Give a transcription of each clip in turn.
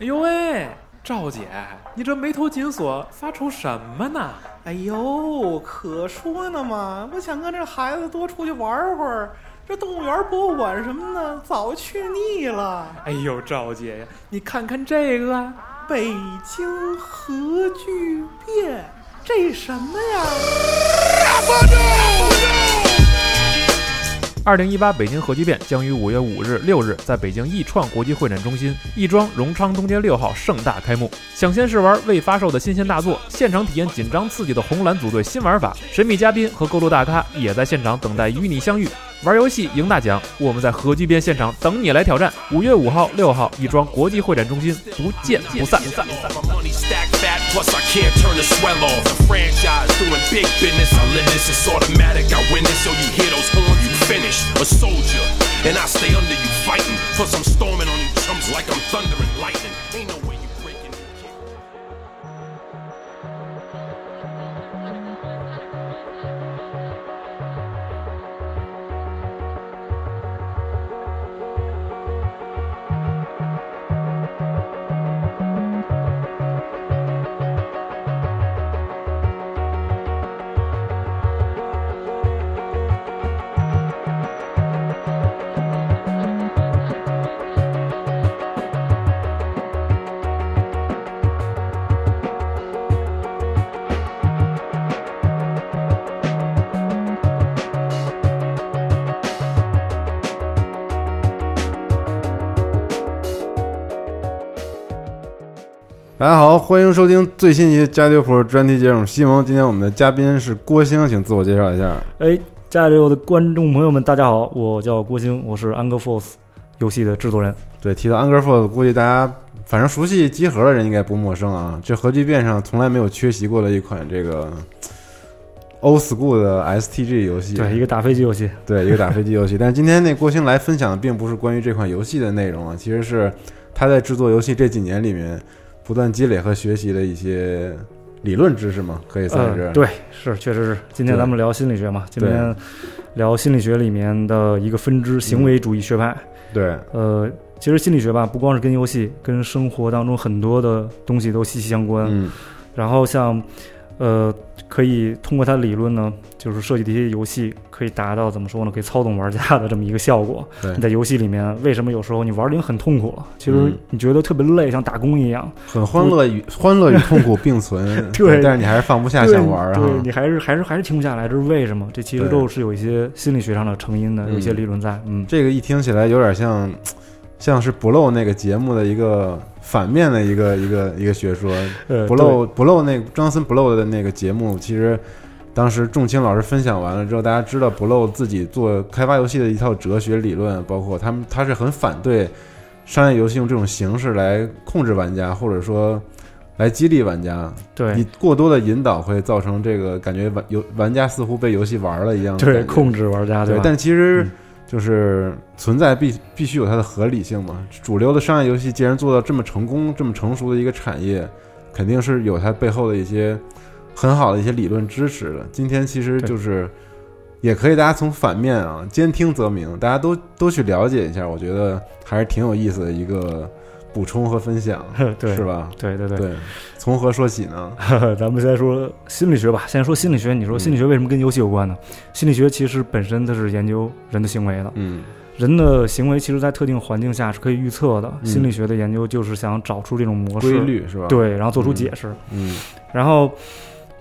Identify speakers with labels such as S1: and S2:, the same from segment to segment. S1: 哎呦喂，赵姐，你这眉头紧锁，发愁什么呢？
S2: 哎呦，可说呢嘛，我想跟这孩子多出去玩会儿。这动物园、博物馆什么的，早去腻了。
S1: 哎呦，赵姐呀，你看看这个，啊
S2: 北京核聚变，这什么呀？
S3: 二零一八北京核聚变将于五月五日、六日在北京易创国际会展中心亦庄荣昌东街六号盛大开幕。抢先试玩未发售的新鲜大作，现场体验紧张刺激的红蓝组队新玩法，神秘嘉宾和各路大咖也在现场等待与你相遇。玩游戏赢大奖，我们在核聚变现场等你来挑战。五月五号、六号，亦庄国际会展中心，不见不散。
S4: My money stacked fat, plus I can't turn the swell off. The franchise doing big business. I live this, it's automatic. I win this, so you hear those horns, you finished. A soldier, and I stay under you fighting. Plus I'm storming on you chumps like I'm thunder and lightning. Ain't no way you breaking. it.
S5: 大家好，欢迎收听最新一期《加丢谱》专题节目。西蒙，今天我们的嘉宾是郭兴，请自我介绍一下。
S6: 哎，家里有的观众朋友们，大家好，我叫郭兴，我是 Angle Force 游戏的制作人。
S5: 对，提到 Angry Fox，估计大家反正熟悉集合的人应该不陌生啊。这核聚变上从来没有缺席过的一款这个 old school 的 STG 游戏，
S6: 对，一个打飞机游戏，
S5: 对一个打飞机游戏。但是今天那郭兴来分享的并不是关于这款游戏的内容啊，其实是他在制作游戏这几年里面不断积累和学习的一些理论知识嘛，可以算是、
S6: 呃，对，是，确实是。今天
S5: 对
S6: 咱们聊心理学嘛，今
S5: 对
S6: 天聊心理学里面的一个分支——行为主义学派。
S5: 对
S6: 呃，其实心理学吧，不光是跟游戏，跟生活当中很多的东西都息息相关。
S5: 嗯，
S6: 然后像，呃，可以通过它的理论呢，就是设计的一些游戏，可以达到怎么说呢？可以操纵玩家的这么一个效果。
S5: 对
S6: 你在游戏里面，为什么有时候你玩的已经很痛苦了，其实
S5: 嗯
S6: 你觉得特别累，像打工一样，
S5: 很欢乐与欢乐与痛苦并存，
S6: 对
S5: 但是你还是放不下
S6: 对
S5: 想玩儿
S6: 对
S5: 哈
S6: 你。还是还是还是停不下来，这是为什么？这其实
S5: 对
S6: 都是有一些心理学上的成因的，有一些
S5: 嗯
S6: 理论在。嗯，
S5: 这个一听起来有点像，像是不漏那个节目的一个反面的一个一个一个学说。
S6: 呃，
S5: 不漏不漏那个张森不漏的那个节目，其实当时仲青老师分享完了之后，大家知道不漏自己做开发游戏的一套哲学理论，包括他们他是很反对商业游戏用这种形式来控制玩家，或者说来激励玩家。
S6: 对
S5: 你过多的引导会造成这个感觉玩游玩家似乎被游戏玩了一样的
S6: 对
S5: 感
S6: 对，
S5: 觉
S6: 控制玩家
S5: 对
S6: 吧？，
S5: 但其实
S6: 嗯
S5: 就是存在必必须有它的合理性嘛。主流的商业游戏既然做到这么成功、这么成熟的一个产业，肯定是有它背后的一些很好的一些理论支持的。今天其实
S6: 对
S5: 就是也可以大家从反面啊，兼听则明，大家都都去了解一下，我觉得还是挺有意思的一个补充和分享，
S6: 对
S5: 是吧？
S6: 对对对。
S5: 对，从何说起呢？
S6: 咱们先说心理学吧，先说心理学。你说心理学为什么跟游戏有关呢？心理学其实本身它是研究人的行为的，
S5: 嗯，
S6: 人的行为其实在特定环境下是可以预测的。
S5: 嗯
S6: 心理学的研究就是想找出这种模式
S5: 规，律是吧？，
S6: 对，然后做出解释。
S5: 嗯
S6: 然后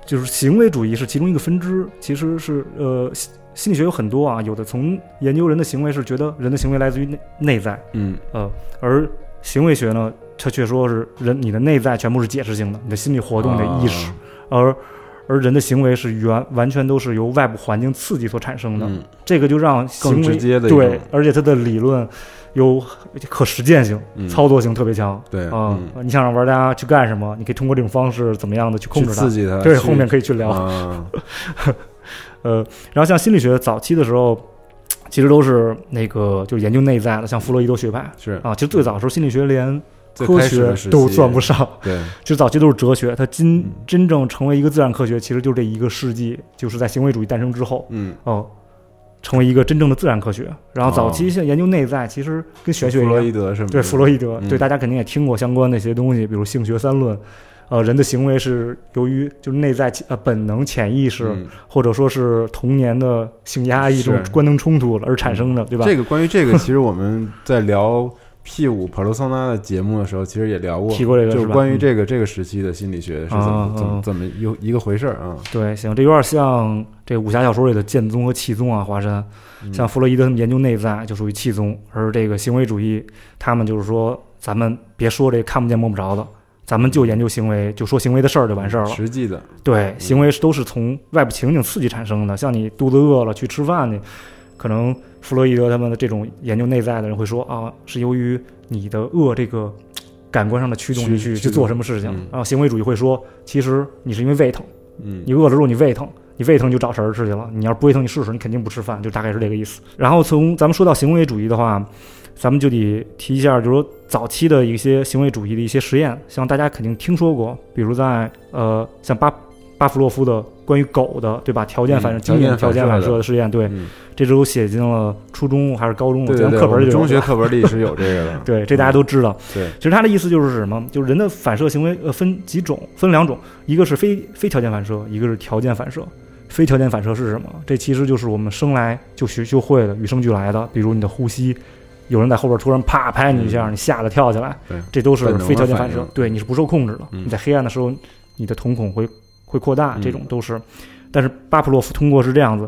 S6: 就是行为主义是其中一个分支，其实是呃心心理学有很多啊，有的从研究人的行为是觉得人的行为来自于内内在，
S5: 嗯，
S6: 呃，而行为学呢，它却说是人你的内在全部是解释性的，你的心理活动、你的意识。
S5: 啊
S6: 而而人的行为是原完全都是由外部环境刺激所产生的，
S5: 嗯，
S6: 这个就让行为
S5: 更直接的一种
S6: 对，而且它的理论有可实践性、
S5: 嗯
S6: 操作性特别强
S5: 对
S6: 啊、
S5: 嗯
S6: 你想让玩家去干什么，你可以通过这种方式怎么样的去控
S5: 去
S6: 制
S5: 刺
S6: 它。
S5: 激它，
S6: 对，
S5: 呃去
S6: 后面可以去聊。
S5: 啊，
S6: 呃，然后像心理学早期的时候，其实都是那个就研究内在的，像弗洛伊德学派
S5: 是
S6: 啊。其实最早的时候，心理学连
S5: 最
S6: 科
S5: 开始
S6: 学
S5: 的时
S6: 都
S5: 期
S6: 算不上，
S5: 对，
S6: 其实早期都是哲学，它今
S5: 嗯
S6: 真正成为一个自然科学，其实就这一个世纪，就是在行为主义诞生之后。
S5: 嗯
S6: 哦，成为一个真正的自然科学。然后早
S5: 哦
S6: 期像研究内在，其实跟玄学
S5: 弗
S6: 一
S5: 洛
S6: 样
S5: 伊，德是吗？
S6: 对弗洛伊德，
S5: 嗯
S6: 对大家肯定也听过相关的一些东西，比如性学三论，呃，人的行为是由于就是内在呃本能、潜意识，
S5: 嗯
S6: 或者说是童年的性压抑、
S5: 是嗯
S6: 这种官能冲突而产生的，对吧？
S5: 这个关于这个，其实我们在聊 P 五 p e r o s o n a 的节目的时候，其实也聊过，
S6: 提过这个
S5: 就是
S6: 吧？
S5: 关于
S6: 嗯
S5: 这个这个时期的心理学是怎
S6: 啊
S5: 么怎
S6: 啊
S5: 么怎么有一个回事儿啊？
S6: 对，行，这有点像这武侠小说里的剑宗和气宗啊，华山。
S5: 嗯
S6: 像弗洛伊德他们研究内在就属于气宗，而这个行为主义，他们就是说，咱们别说这看不见摸不着的，咱们就研究行为，就说行为的事儿就完事儿了。
S5: 实际的，
S6: 对，行为都是从外部情景刺激产生的。像你肚子饿了去吃饭去，可能弗洛伊德他们的这种研究内在的人会说啊，是由于你的饿这个感官上的驱动
S5: 驱
S6: 你去
S5: 驱
S6: 去
S5: 动
S6: 做什么事情
S5: 嗯。
S6: 然后行为主义会说，其实你是因为胃疼，
S5: 嗯
S6: 你饿了之后你胃疼，你胃疼你就找食儿吃去了。你要是不胃疼你试试，你肯定不吃饭，就大概是这个意思。然后从咱们说到行为主义的话，咱们就得提一下，就是说早期的一些行为主义的一些实验，像大家肯定听说过，比如在呃像巴巴甫洛夫的关于狗的对吧条件反射、
S5: 嗯
S6: 经典条
S5: 条件
S6: 件
S5: 反射
S6: 反
S5: 的
S6: 射的实验，对，
S5: 嗯
S6: 这都写进了初中还是高中，
S5: 对
S6: 咱
S5: 对
S6: 们
S5: 对，
S6: 课本
S5: 我
S6: 里
S5: 们
S6: 就有
S5: 中学
S6: 了，
S5: 课本里是有这个的
S6: 对，这大家都知道。
S5: 嗯对，
S6: 其实他的意思就是什么？就是人的反射行为呃分几种，分两种，一个是非非条件反射，一个是条件反射。非条件反射是什么？这其实就是我们生来就学就会的，与生俱来的。比如你的呼吸，有人在后边突然啪拍你一下，
S5: 嗯
S6: 你吓得跳起来
S5: 对，
S6: 这都是
S5: 本能的
S6: 非条件反射
S5: 反应。
S6: 对，你是不受控制的。
S5: 嗯
S6: 你在黑暗的时候，你的瞳孔会会扩大，
S5: 嗯
S6: 这种都是。但是巴甫洛夫通过是这样子，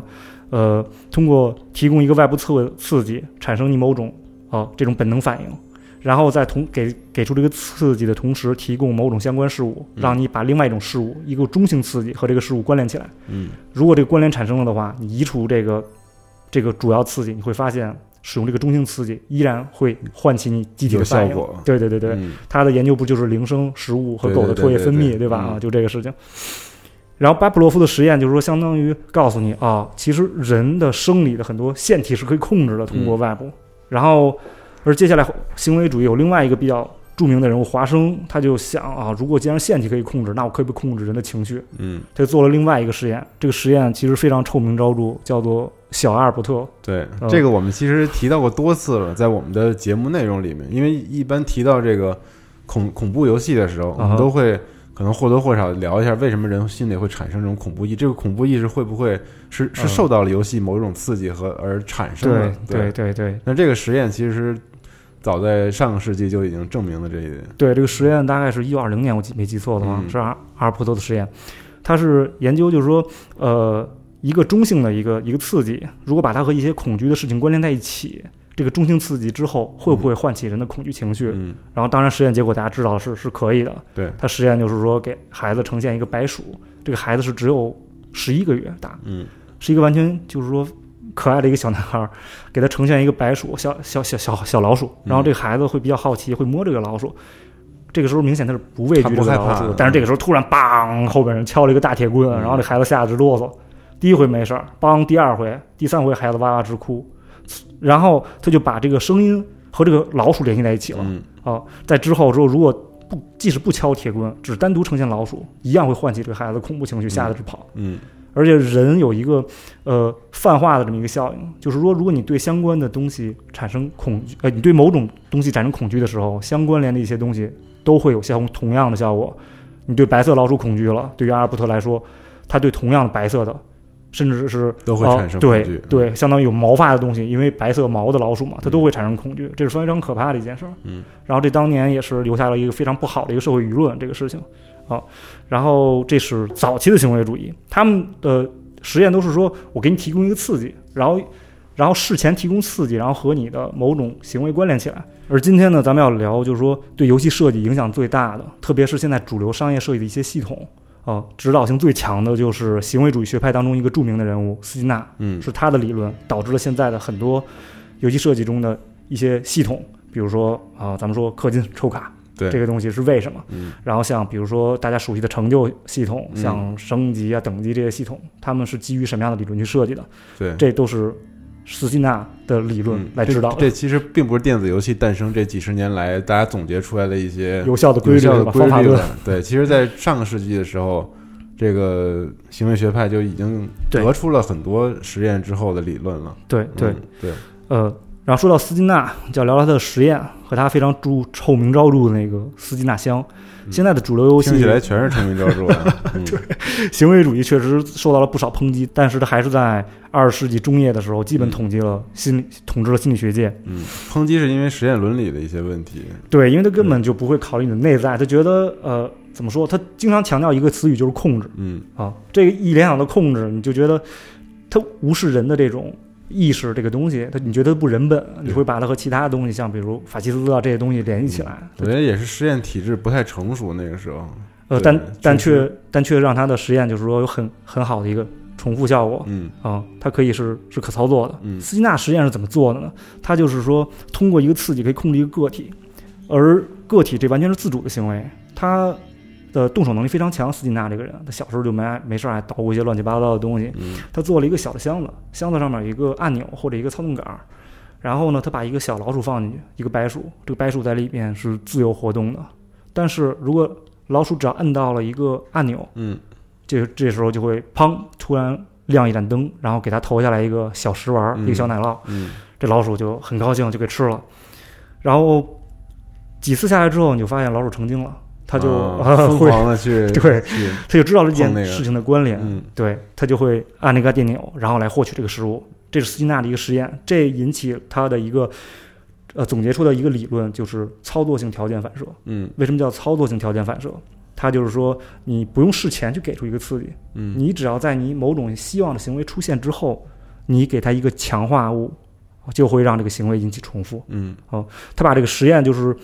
S6: 呃，通过提供一个外部刺刺激，产生你某种啊、这种本能反应，然后在同给给出这个刺激的同时，提供某种相关事物，
S5: 嗯
S6: 让你把另外一种事物一个中性刺激和这个事物关联起来。
S5: 嗯，
S6: 如果这个关联产生了的话，你移除这个这个主要刺激，你会发现使用这个中性刺激依然会唤起你机体的
S5: 有
S6: 反
S5: 效
S6: 应。
S5: 果，
S6: 对对对对，
S5: 嗯
S6: 他的研究不就是铃声、食物和
S5: 对
S6: 狗的唾液
S5: 对对
S6: 分
S5: 对
S6: 泌，
S5: 对
S6: 吧？
S5: 嗯
S6: 啊，就这个事情。然后巴甫洛夫的实验就是说，相当于告诉你啊，其实人的生理的很多腺体是可以控制的，通过外部。
S5: 嗯
S6: 然后，而接下来行为主义有另外一个比较著名的人物华生，他就想啊，如果既然腺体可以控制，那我可以不可以控制人的情绪？
S5: 嗯，
S6: 他就做了另外一个实验，这个实验其实非常臭名昭著，叫做小阿尔伯特
S5: 对
S6: 嗯，
S5: 这个我们其实提到过多次了，在我们的节目内容里面，因为一般提到这个恐恐怖游戏的时候，我
S6: 啊哈
S5: 们都会可能或多或少聊一下为什么人心里会产生这种恐怖意，这个恐怖意识会不会是是
S6: 嗯
S5: 受到了游戏某种刺激和而产生的
S6: 对？对对对，
S5: 那这个实验其实早在上个世纪就已经证明了这一点。
S6: 对，这个实验大概是一九二零年，我记没记错的话，
S5: 嗯
S6: 是阿阿尔伯特的实验，它是研究就是说，呃，一个中性的一个一个刺激，如果把它和一些恐惧的事情关联在一起，这个中性刺激之后会不会唤起人的恐惧情绪？
S5: 嗯
S6: 然后，当然实验结果大家知道是是可以的。
S5: 对
S6: 他实验就是说给孩子呈现一个白鼠，这个孩子是只有十一个月大，
S5: 嗯，
S6: 是一个完全就是说可爱的一个小男孩儿，给他呈现一个白鼠，小小小小小老鼠，然后这个孩子会比较好奇，会摸这个老鼠。这个时候明显他是不畏
S5: 他
S6: 惧
S5: 不
S6: 这个
S5: 害
S6: 老
S5: 怕
S6: 鼠
S5: 嗯，
S6: 但是这个时候突然梆，后边人敲了一个大铁棍，然后这孩子吓得直哆嗦。第一回没事儿，梆，第二回、第三回孩子哇哇直哭，然后他就把这个声音和这个老鼠联系在一起了。
S5: 嗯
S6: 啊，在之后之后，如果不即使不敲铁棍，只单独呈现老鼠，一样会唤起这个孩子的恐怖情绪，吓得直跑。
S5: 嗯
S6: 而且人有一个呃泛化的这么一个效应，就是说，如果你对相关的东西产生恐惧，呃，你对某种东西产生恐惧的时候，相关联的一些东西都会有相同样的效果。你对白色老鼠恐惧了，对于阿尔伯特来说，他对同样的白色的，甚至是
S5: 都会
S6: 哦
S5: 产生恐惧嗯
S6: 对对，相当于有毛发的东西，因为白色毛的老鼠嘛，它都会产生恐惧，这是非常可怕的一件事儿。
S5: 嗯，
S6: 然后这当年也是留下了一个非常不好的一个社会舆论，这个事情啊。然后这是早期的行为主义，他们的实验都是说我给你提供一个刺激，然后然后事前提供刺激，然后和你的某种行为关联起来。而今天呢，咱们要聊就是说对游戏设计影响最大的，特别是现在主流商业设计的一些系统。啊，指导性最强的就是行为主义学派当中一个著名的人物斯金纳，
S5: 嗯
S6: 是他的理论导致了现在的很多游戏设计中的一些系统，比如说啊、咱们说氪金抽卡，
S5: 对
S6: 这个东西是为什么？
S5: 嗯
S6: 然后像比如说大家熟悉的成就系统，
S5: 嗯
S6: 像升级啊、等级这些系统，他们是基于什么样的理论去设计的？
S5: 对。
S6: 这都是斯金纳的理论
S5: 嗯
S6: 来指导的
S5: 这，这其实并不是电子游戏诞生这几十年来大家总结出来的一些
S6: 有效的
S5: 有
S6: 规律
S5: 效
S6: 是
S5: 的
S6: 吧？
S5: 规
S6: 方法
S5: 律
S6: 论
S5: 的。对，其实，在上个世纪的时候，这个行为学派就已经
S6: 对
S5: 得出了很多实验之后的理论了。
S6: 对对、
S5: 嗯对，
S6: 呃，然后说到斯金纳，就要聊聊他的实验和他非常著臭名昭著的那个斯金纳箱。现在的主流游
S5: 嗯
S6: 戏
S5: 听起来全是臭名昭著啊。 嗯
S6: 行为主义确实受到了不少抨击，但是它还是在二十世纪中叶的时候，基本统计了心理，统治了心理学界。
S5: 嗯，抨击是因为实验伦理的一些问题。
S6: 对，因为他根本就不会考虑你的内在，他觉得呃，怎么说？他经常强调一个词语就是控制
S5: 嗯
S6: 啊，这个一联想到控制，你就觉得他无视人的这种意识这个东西，他你觉得不人本，你会把它和其他的东西，像比如法西斯啊这些东西联系起来。
S5: 我觉得也是实验体制不太成熟那个时候。
S6: 呃，
S5: 对
S6: 但但
S5: 确实
S6: 却但却让他的实验就是说有很很好的一个重复效果。
S5: 嗯
S6: 啊、它可以是是可操作的。
S5: 嗯
S6: 斯金纳实验是怎么做的呢？它就是说，通过一个刺激可以控制一个个体，而个体这完全是自主的行为。他的动手能力非常强，斯金纳这个人，他小时候就没爱没事儿爱捣鼓一些乱七八糟的东西。
S5: 嗯
S6: 他做了一个小的箱子，箱子上面有一个按钮或者一个操纵杆儿，然后呢，他把一个小老鼠放进去，一个白鼠，这个白鼠在里面是自由活动的，但是如果老鼠只要摁到了一个按钮，
S5: 嗯
S6: 这这时候就会砰，突然亮一盏灯，然后给它投下来一个小食丸儿，
S5: 嗯
S6: 一个小奶酪，
S5: 嗯
S6: 这老鼠就很高兴，就给吃了。然后几次下来之后，你就发现老鼠成精了，它就、
S5: 啊疯
S6: 会，
S5: 狂的去
S6: 对
S5: 去
S6: 它就知道这件
S5: 碰那个
S6: 事情的关联，
S5: 嗯
S6: 对，它就会按那个电钮，然后来获取这个食物。这是斯金纳的一个实验，这引起他的一个呃总结出的一个理论，就是操作性条件反射。
S5: 嗯
S6: 为什么叫操作性条件反射？它就是说，你不用事前去给出一个刺激，
S5: 嗯
S6: 你只要在你某种希望的行为出现之后，你给它一个强化物，就会让这个行为引起重复。
S5: 嗯
S6: 他把这个实验就是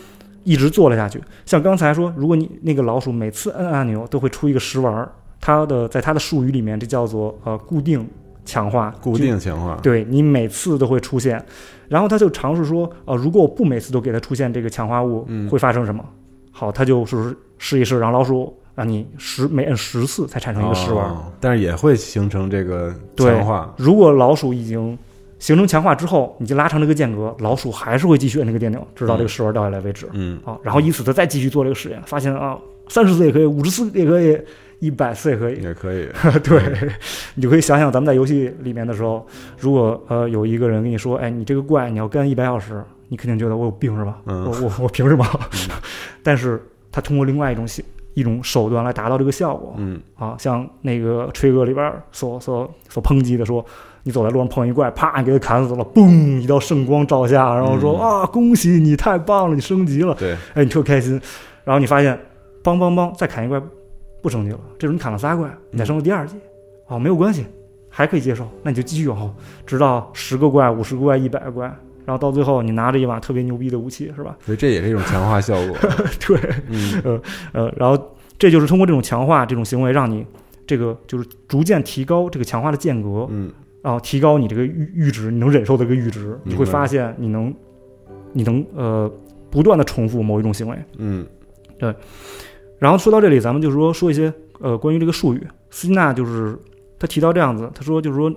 S6: 一直做了下去。像刚才说，如果你那个老鼠每次摁按钮都会出一个食丸儿，它的在它的术语里面这叫做呃固定强化，
S5: 固
S6: 就
S5: 定强化。
S6: 对你每次都会出现，然后他就尝试说，呃，如果我不每次都给它出现这个强化物，
S5: 嗯
S6: 会发生什么？好，他就是试一试，让老鼠让你十每摁十次才产生一个食丸。
S5: 哦但是也会形成这个
S6: 对
S5: 强化。
S6: 如果老鼠已经形成强化之后，你就拉长这个间隔，老鼠还是会继续摁那个电钮，直到这个食丸掉下来为止。
S5: 嗯
S6: 啊，然后以此他再继续做这个实验，发现啊，三十次也可以，五十次也可以，一百次也可以。
S5: 也可以。
S6: 对，你就可以想想咱们在游戏里面的时候，如果呃有一个人跟你说，哎，你这个怪你要干一百小时，你肯定觉得我有病是吧？
S5: 嗯
S6: 我我我凭什么？ 但是他通过另外一种系一种手段来达到这个效果，
S5: 嗯
S6: 啊，像那个吹哥里边儿所所所抨击的说，你走在路上碰一怪，啪，你给他砍死了，嘣，一道圣光照下，然后说、
S5: 嗯
S6: 啊，恭喜你太棒了，你升级了，
S5: 对，
S6: 哎，你特开心，然后你发现，梆梆梆，再砍一怪，不升级了，这时候你砍了仨怪，你再升到第二级，哦，没有关系，还可以接受，那你就继续往后，直到十个怪、五十个怪、一百个怪，然后到最后你拿着一把特别牛逼的武器，是吧？
S5: 所以这也是一种强化效果。
S6: 对，
S5: 嗯
S6: 呃，然后这就是通过这种强化这种行为，让你这个就是逐渐提高这个强化的间隔，
S5: 嗯
S6: 然后提高你这个阈阈值，你能忍受的这个阈值，你
S5: 明
S6: 会
S5: 白
S6: 发现你能你能呃不断的重复某一种行为。
S5: 嗯
S6: 然后说到这里，咱们就是说说一些呃关于这个术语，斯金纳就是他提到这样子，他说就是说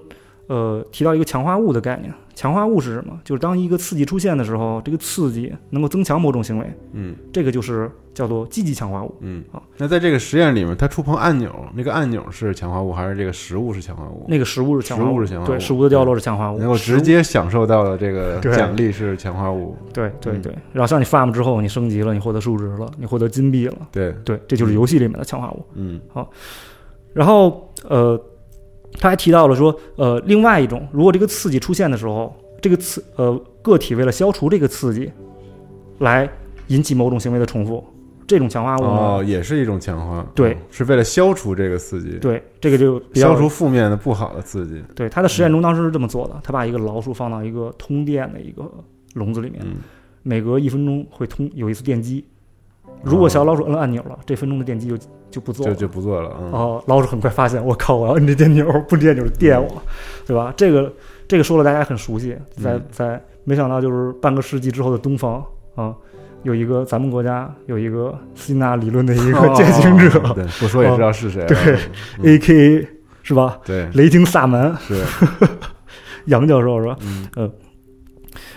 S6: 呃提到一个强化物的概念，强化物是什么？就是当一个刺激出现的时候，这个刺激能够增强某种行为，
S5: 嗯
S6: 这个就是叫做积极强化物。
S5: 嗯
S6: 好。
S5: 那在这个实验里面，它触碰按钮，那个按钮是强化物还是这个食物是强化物？
S6: 那个食物是强化
S5: 食
S6: 物，
S5: 物是强化物
S6: 对，食物的掉落是强化物，
S5: 能够
S6: 食物
S5: 直接享受到的这个
S6: 对
S5: 奖励是强化物。
S6: 对对
S5: 嗯
S6: 对。然后像你 farm 之后，你升级了，你获得数值了，你获得金币了，
S5: 对，
S6: 对，这就是游戏里面的强化物。
S5: 嗯
S6: 然后呃，他还提到了说，呃，另外一种，如果这个刺激出现的时候，这个刺呃个体为了消除这个刺激，来引起某种行为的重复，这种强化物呢，
S5: 哦，也是一种强化。
S6: 对
S5: 嗯，是为了消除这个刺激，
S6: 对这个就比较
S5: 消除负面的不好的刺激。
S6: 对，他的实验中当时是这么做的，他把一个老鼠放到一个通电的一个笼子里面，
S5: 嗯
S6: 每隔一分钟会通有一次电击。
S5: 哦
S6: 如果小老鼠摁了按钮了，这分钟的电击就就不做
S5: 就
S6: 了。
S5: 就不做了。嗯，
S6: 哦， 老鼠很快发现，我靠，我要摁这电钮，不电钮电我，对吧？这个这个说了，大家很熟悉，在
S5: 嗯
S6: 在没想到就是半个世纪之后的东方啊，有一个咱们国家有一个斯金纳理论的一个
S5: 哦
S6: 践行者、
S5: 对，不说也知道是谁了。
S6: 对
S5: 嗯
S6: a K 是吧？
S5: 对，
S6: 雷霆萨满
S5: 是，
S6: 杨教授是吧？
S5: 嗯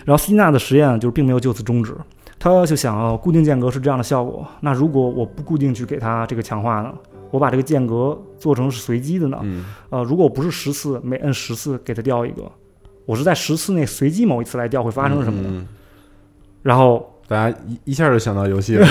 S6: 然后斯金纳的实验就是并没有就此终止，他就想啊，固定间隔是这样的效果，那如果我不固定去给它这个强化呢，我把这个间隔做成是随机的呢？
S5: 嗯
S6: 呃，如果我不是十次，每摁十次给它掉一个，我是在十次内随机某一次来掉，会发生什么呢？
S5: 嗯
S6: 然后
S5: 大家一一下就想到游 戏了，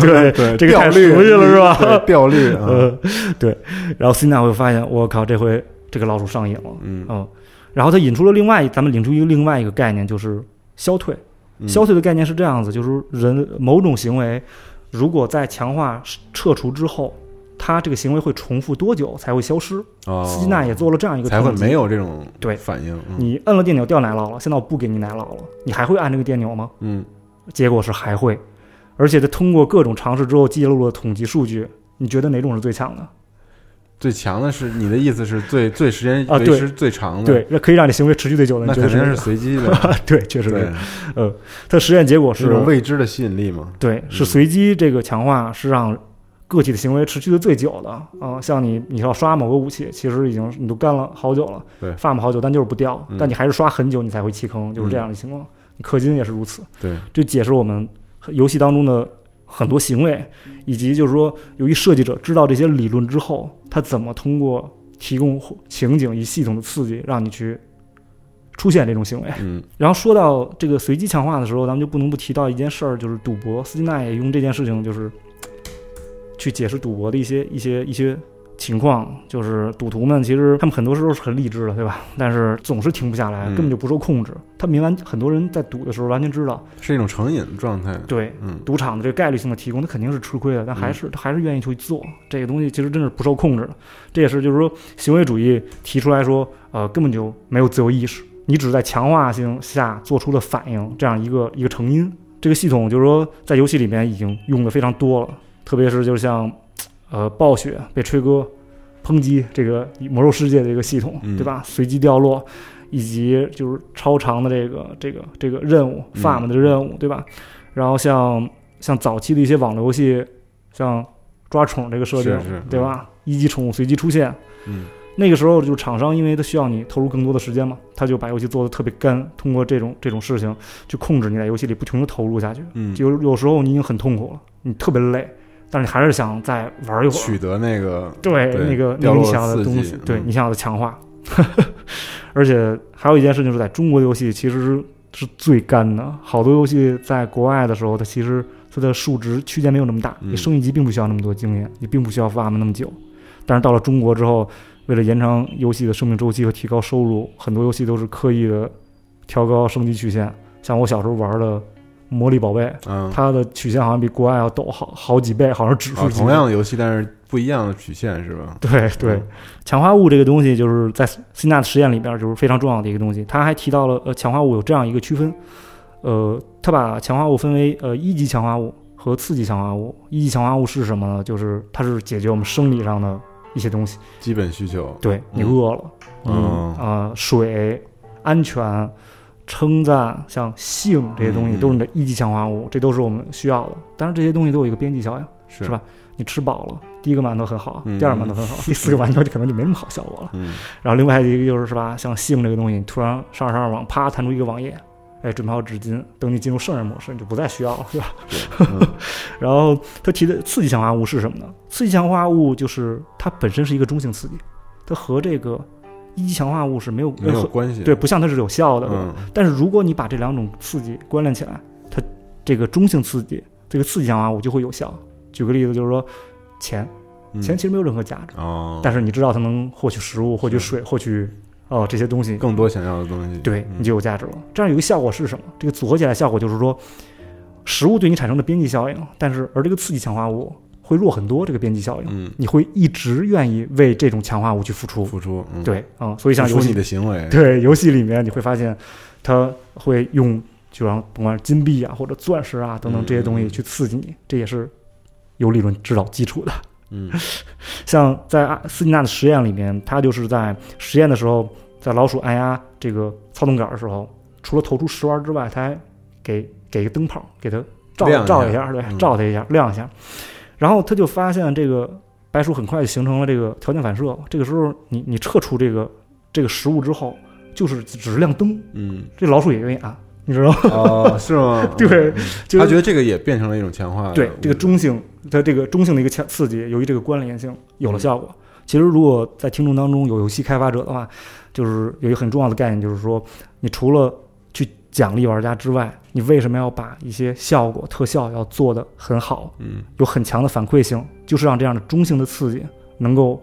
S6: 对
S5: 对，
S6: 这个
S5: 掉
S6: 太
S5: 率
S6: 熟悉了是吧
S5: 对掉 率啊，
S6: 呃，对，然后辛娜会发现，我靠，这回这个老鼠上瘾了，
S5: 嗯
S6: 嗯，然后他引出了另外，咱们领出一个另外一个概念，就是消退。
S5: 嗯
S6: 消退的概念是这样子，就是人某种行为，如果在强化撤除之后，他这个行为会重复多久才会消失？
S5: 哦
S6: 斯基纳也做了这样一个
S5: 才会
S6: 统计
S5: 没有这种
S6: 对
S5: 反应，嗯
S6: 你摁了电钮掉奶酪了，现在我不给你奶酪了，你还会按这个电钮吗？
S5: 嗯
S6: 结果是还会，而且他通过各种尝试之后记录了统计数据，你觉得哪种是最强的？
S5: 最强的是你的意思是最最时间
S6: 啊
S5: 维
S6: 对
S5: 持最长的，
S6: 对，，那可以让你行为持续最久的，
S5: 那
S6: 你觉
S5: 肯
S6: 得
S5: 定是
S6: 是哪个？
S5: 随机的，
S6: 对，确实
S5: 对
S6: 是。，它实验结果
S5: 这
S6: 是
S5: 种未知的吸引力嘛，
S6: 对，
S5: 嗯
S6: 是随机这个强化是让个体的行为持续的最久的啊、像你，你要刷某个武器，其实已经你都干了好久了，
S5: 对
S6: 发了好久，但就是不掉，
S5: 嗯
S6: 但你还是刷很久，你才会弃坑，就是这样的情况。氪金也是如此，
S5: 对，
S6: 这解释我们游戏当中的很多行为，以及就是说，由于设计者知道这些理论之后，他怎么通过提供情景与系统的刺激，让你去出现这种行为。
S5: 嗯
S6: 然后说到这个随机强化的时候，咱们就不能不提到一件事儿，就是赌博。斯金纳也用这件事情，就是去解释赌博的一些一 些一些情况。就是赌徒们其实他们很多时候是很理智的，对吧？但是总是停不下来，
S5: 嗯
S6: 根本就不受控制。他们明完很多人在赌的时候完全知道，
S5: 是一种成瘾的状态，
S6: 对
S5: 嗯
S6: 赌场的这个概率性的提供，他肯定是吃亏的，但还是他还是愿意去做这个东西，其实真是不受控制的。这也是就是说行为主义提出来说，呃，根本就没有自由意识，你只是在强化性下做出了反应这样一个一个成因。这个系统就是说在游戏里面已经用的非常多了，特别是就是像呃暴雪被吹哥抨击这个魔兽世界的一个系统，
S5: 嗯
S6: 对吧？随机掉落。以及就是超长的这个这个这个任务
S5: 嗯
S6: farm 的任务，对吧？然后像像早期的一些网络游戏，像抓宠这个设定，
S5: 是嗯是
S6: 对吧？一级宠物随机出现，
S5: 嗯，
S6: 那个时候就是厂商，因为他需要你投入更多的时间嘛，他就把游戏做的特别干，通过这种这种事情去控制你在游戏里不停的投入下去。
S5: 嗯，
S6: 就有有时候你已经很痛苦了，你特别累，但是你还是想再玩一会儿，
S5: 取得那个
S6: 对
S5: 对
S6: 那个那
S5: 掉落
S6: 个你
S5: 的
S6: 想要
S5: 刺
S6: 的东
S5: 激
S6: 西，对
S5: 嗯
S6: 你想要的强化。 而且还有一件事情是在中国的游戏其实是是最干的，好多游戏在国外的时候，它其实它的数值区间没有那么大，
S5: 嗯
S6: 你升一级并不需要那么多经验，你并不需要 farm 那么久。但是到了中国之后，为了延长游戏的生命周期和提高收入，很多游戏都是刻意的调高升级曲线。像我小时候玩的《魔力宝贝》，
S5: 嗯，
S6: 它的曲线好像比国外要陡好好几倍，好像指数
S5: 啊，
S6: 级
S5: 同样的游戏，但是不一样的曲线是 吧？
S6: 对对
S5: 嗯，
S6: 强化物这个东西就是在辛纳的实验里边儿就是非常重要的一个东西。他还提到了呃强化物有这样一个区分，呃，他把强化物分为呃一级强化物和次级强化物。一级强化物是什么呢？就是它是解决我们生理上的一些东西，
S5: 基本需求，
S6: 对你
S5: 嗯
S6: 饿了，你
S5: 哦
S6: 啊水、安全、称赞，像性这些东西
S5: 嗯
S6: 都是你的一级强化物，这都是我们需要的。当然这些东西都有一个边际效应。
S5: 是
S6: 是吧？你吃饱了，第一个馒头很好，
S5: 嗯
S6: 第二个馒头很好， 第四个馒头就可能就没什么好效果了。
S5: 嗯
S6: 然后另外一个就是是吧，像性这个东西，你突然上着上着网，啪弹出一个网页，哎，准备好纸巾，等你进入圣人模式，你就不再需要了，对吧？
S5: 嗯
S6: 然后他提的刺激强化物是什么呢？刺激强化物就是它本身是一个中性刺激，它和这个一级强化物是没有
S5: 没有
S6: 和
S5: 关系，
S6: 对，不像它是有效的，对吧
S5: 嗯
S6: 但是如果你把这两种刺激关联起来，它这个中性刺激，这个刺激强化物就会有效。举个例子，就是说钱，
S5: 嗯
S6: 钱其实没有任何价值，
S5: 哦，
S6: 但是你知道它能获取食物、获取水、获取哦、这些东西，
S5: 更多想要的东西，
S6: 对
S5: 嗯
S6: 你就有价值了。这样有一个效果是什么？这个组合起来效果就是说，食物对你产生的边际效应，但是而这个刺激强化物会弱很多，这个边际效应，
S5: 嗯，
S6: 你会一直愿意为这种强化物去付出。
S5: 付出，嗯，，
S6: 对啊、所以像
S5: 付
S6: 游
S5: 出
S6: 戏
S5: 你的行为，
S6: 对，游戏里面你会发现，它会用就让甭管是金币啊或者钻石啊等等这些东
S5: 嗯
S6: 西
S5: 嗯
S6: 去刺激你，这也是有理论指导基础的。
S5: 嗯
S6: 像在阿斯金纳的实验里面，他就是在实验的时候，在老鼠按压这个操纵杆的时候，除了投出食丸之外，他还给给一个灯泡给它
S5: 亮
S6: 照
S5: 一
S6: 照一
S5: 下
S6: 下，对，
S5: 嗯
S6: 照它一下，亮一下。然后他就发现这个白鼠很快就形成了这个条件反射。这个时候你你撤出这个这个食物之后，就是只是亮灯，
S5: 嗯，
S6: 这老鼠也愿意按，你知道吗？
S5: 哦，是吗？
S6: 对
S5: 嗯，
S6: 就
S5: 他
S6: 是
S5: 觉得这个也变成了一种强化的物质，嗯
S6: 对这个中性它这个中性的一个强刺激，由于这个关联性有了效果。其实，如果在听众当中有游戏开发者的话，就是有一个很重要的概念，就是说，你除了去奖励玩家之外，你为什么要把一些效果、特效要做得很好，
S5: 嗯，
S6: 有很强的反馈性，就是让这样的中性的刺激能够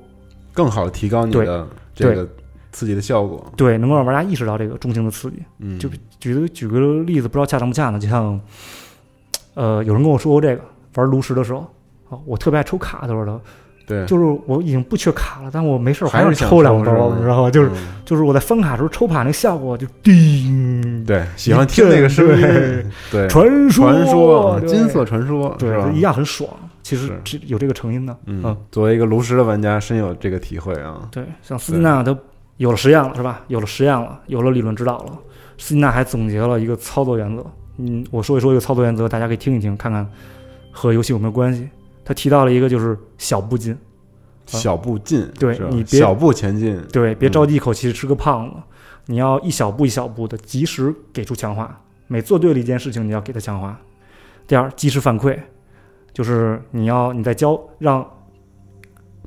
S5: 更好地提高你的这
S6: 对
S5: 个刺激的效果。
S6: 对能够让玩家意识到这个中性的刺激。
S5: 嗯，
S6: 就举个举个例子，不知道恰当不恰当，就像，呃，有人跟我说过这个，玩炉石的时候，啊，我特别爱抽卡的时候呢，
S5: 对，
S6: 就是我已经不缺卡了，但我没事儿我
S5: 还
S6: 是
S5: 是想
S6: 抽两
S5: 抽是
S6: 包，
S5: 吧
S6: 你知道吗？就是
S5: 嗯
S6: 就是我在翻卡的时候抽卡那个效果就叮，
S5: 对，喜欢听那个声音，对，
S6: 传说
S5: 传说，
S6: 对
S5: 金色传说，
S6: 对
S5: 是吧
S6: 就一样很爽。其实
S5: 是
S6: 这有这个成因的，
S5: 嗯，作为一个炉石的玩家，深有这个体会啊。
S6: 对，像斯金纳他有了实验了是吧？有了实验了，有了理论指导了，斯金纳还总结了一个操作原则。嗯，我说一说一个操作原则，大家可以听一听，看看和游戏有没有关系。他提到了一个就是小步进，
S5: 小步进，
S6: 对
S5: 是吧
S6: 你别
S5: 小步前进，
S6: 对，别着急一口气吃个胖子，你要一小步一小步的及时给出强化，每做对了一件事情，你要给它强化。第二，及时反馈，就是你要你在教让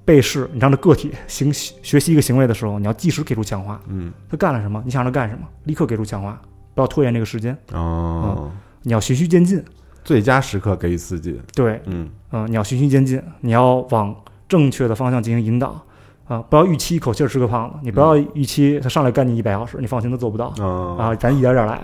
S6: 被试，你让这个体行学习一个行为的时候，你要及时给出强化，
S5: 嗯，
S6: 他干了什么，你想让他干什么，立刻给出强化，不要拖延这个时间，
S5: 哦，
S6: 你要循序渐进，
S5: 最佳时刻给予刺激，
S6: 对，
S5: 嗯，
S6: 嗯、你要循序渐进，你要往正确的方向进行引导，啊、不要预期一口气儿吃个胖子，你不要预期他上来干你一百小时，你放心，他做不到。
S5: 哦，
S6: 啊，咱一点点来。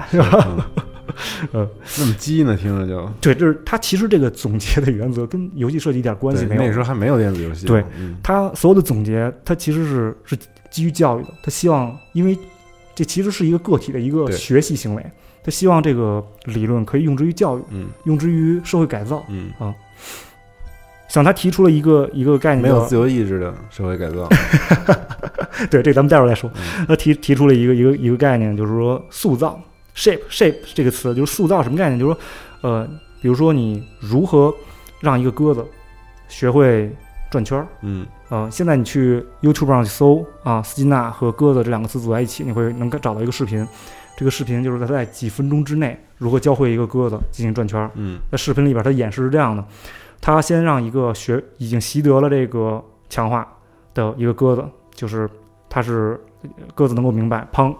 S5: 嗯那么鸡呢，听着就。
S6: 对，这是他其实这个总结的原则跟游戏设计一点关系
S5: 对，
S6: 没
S5: 那
S6: 有
S5: 时。候还没有电子游戏。
S6: 对
S5: 嗯，
S6: 他所有的总结，他其实是是基于教育的。他希望，因为这其实是一个个体的一个
S5: 对
S6: 学习行为，他希望这个理论可以用之于教育，
S5: 嗯
S6: 用之于社会改造。
S5: 嗯，
S6: 像他提出了一个一个概念
S5: 没
S6: 叫，
S5: 有自由意志的社会改造。
S6: 对，这咱们待会儿再说
S5: 嗯。
S6: 他提提出了一个一个一个概念，就是说塑造 shape shape 这个词，就是塑造什么概念？就是说，呃，比如说你如何让一个鸽子学会转圈儿。
S5: 嗯
S6: 呃，现在你去 YouTube 上去搜啊，斯金纳和鸽子这两个词组在一起，你会能找到一个视频。这个视频就是他在几分钟之内如何教会一个鸽子进行转圈儿。
S5: 嗯
S6: 在视频里边，他演示是这样的：他先让一个学已经习得了这个强化的一个鸽子，就是它是鸽子能够明白，砰，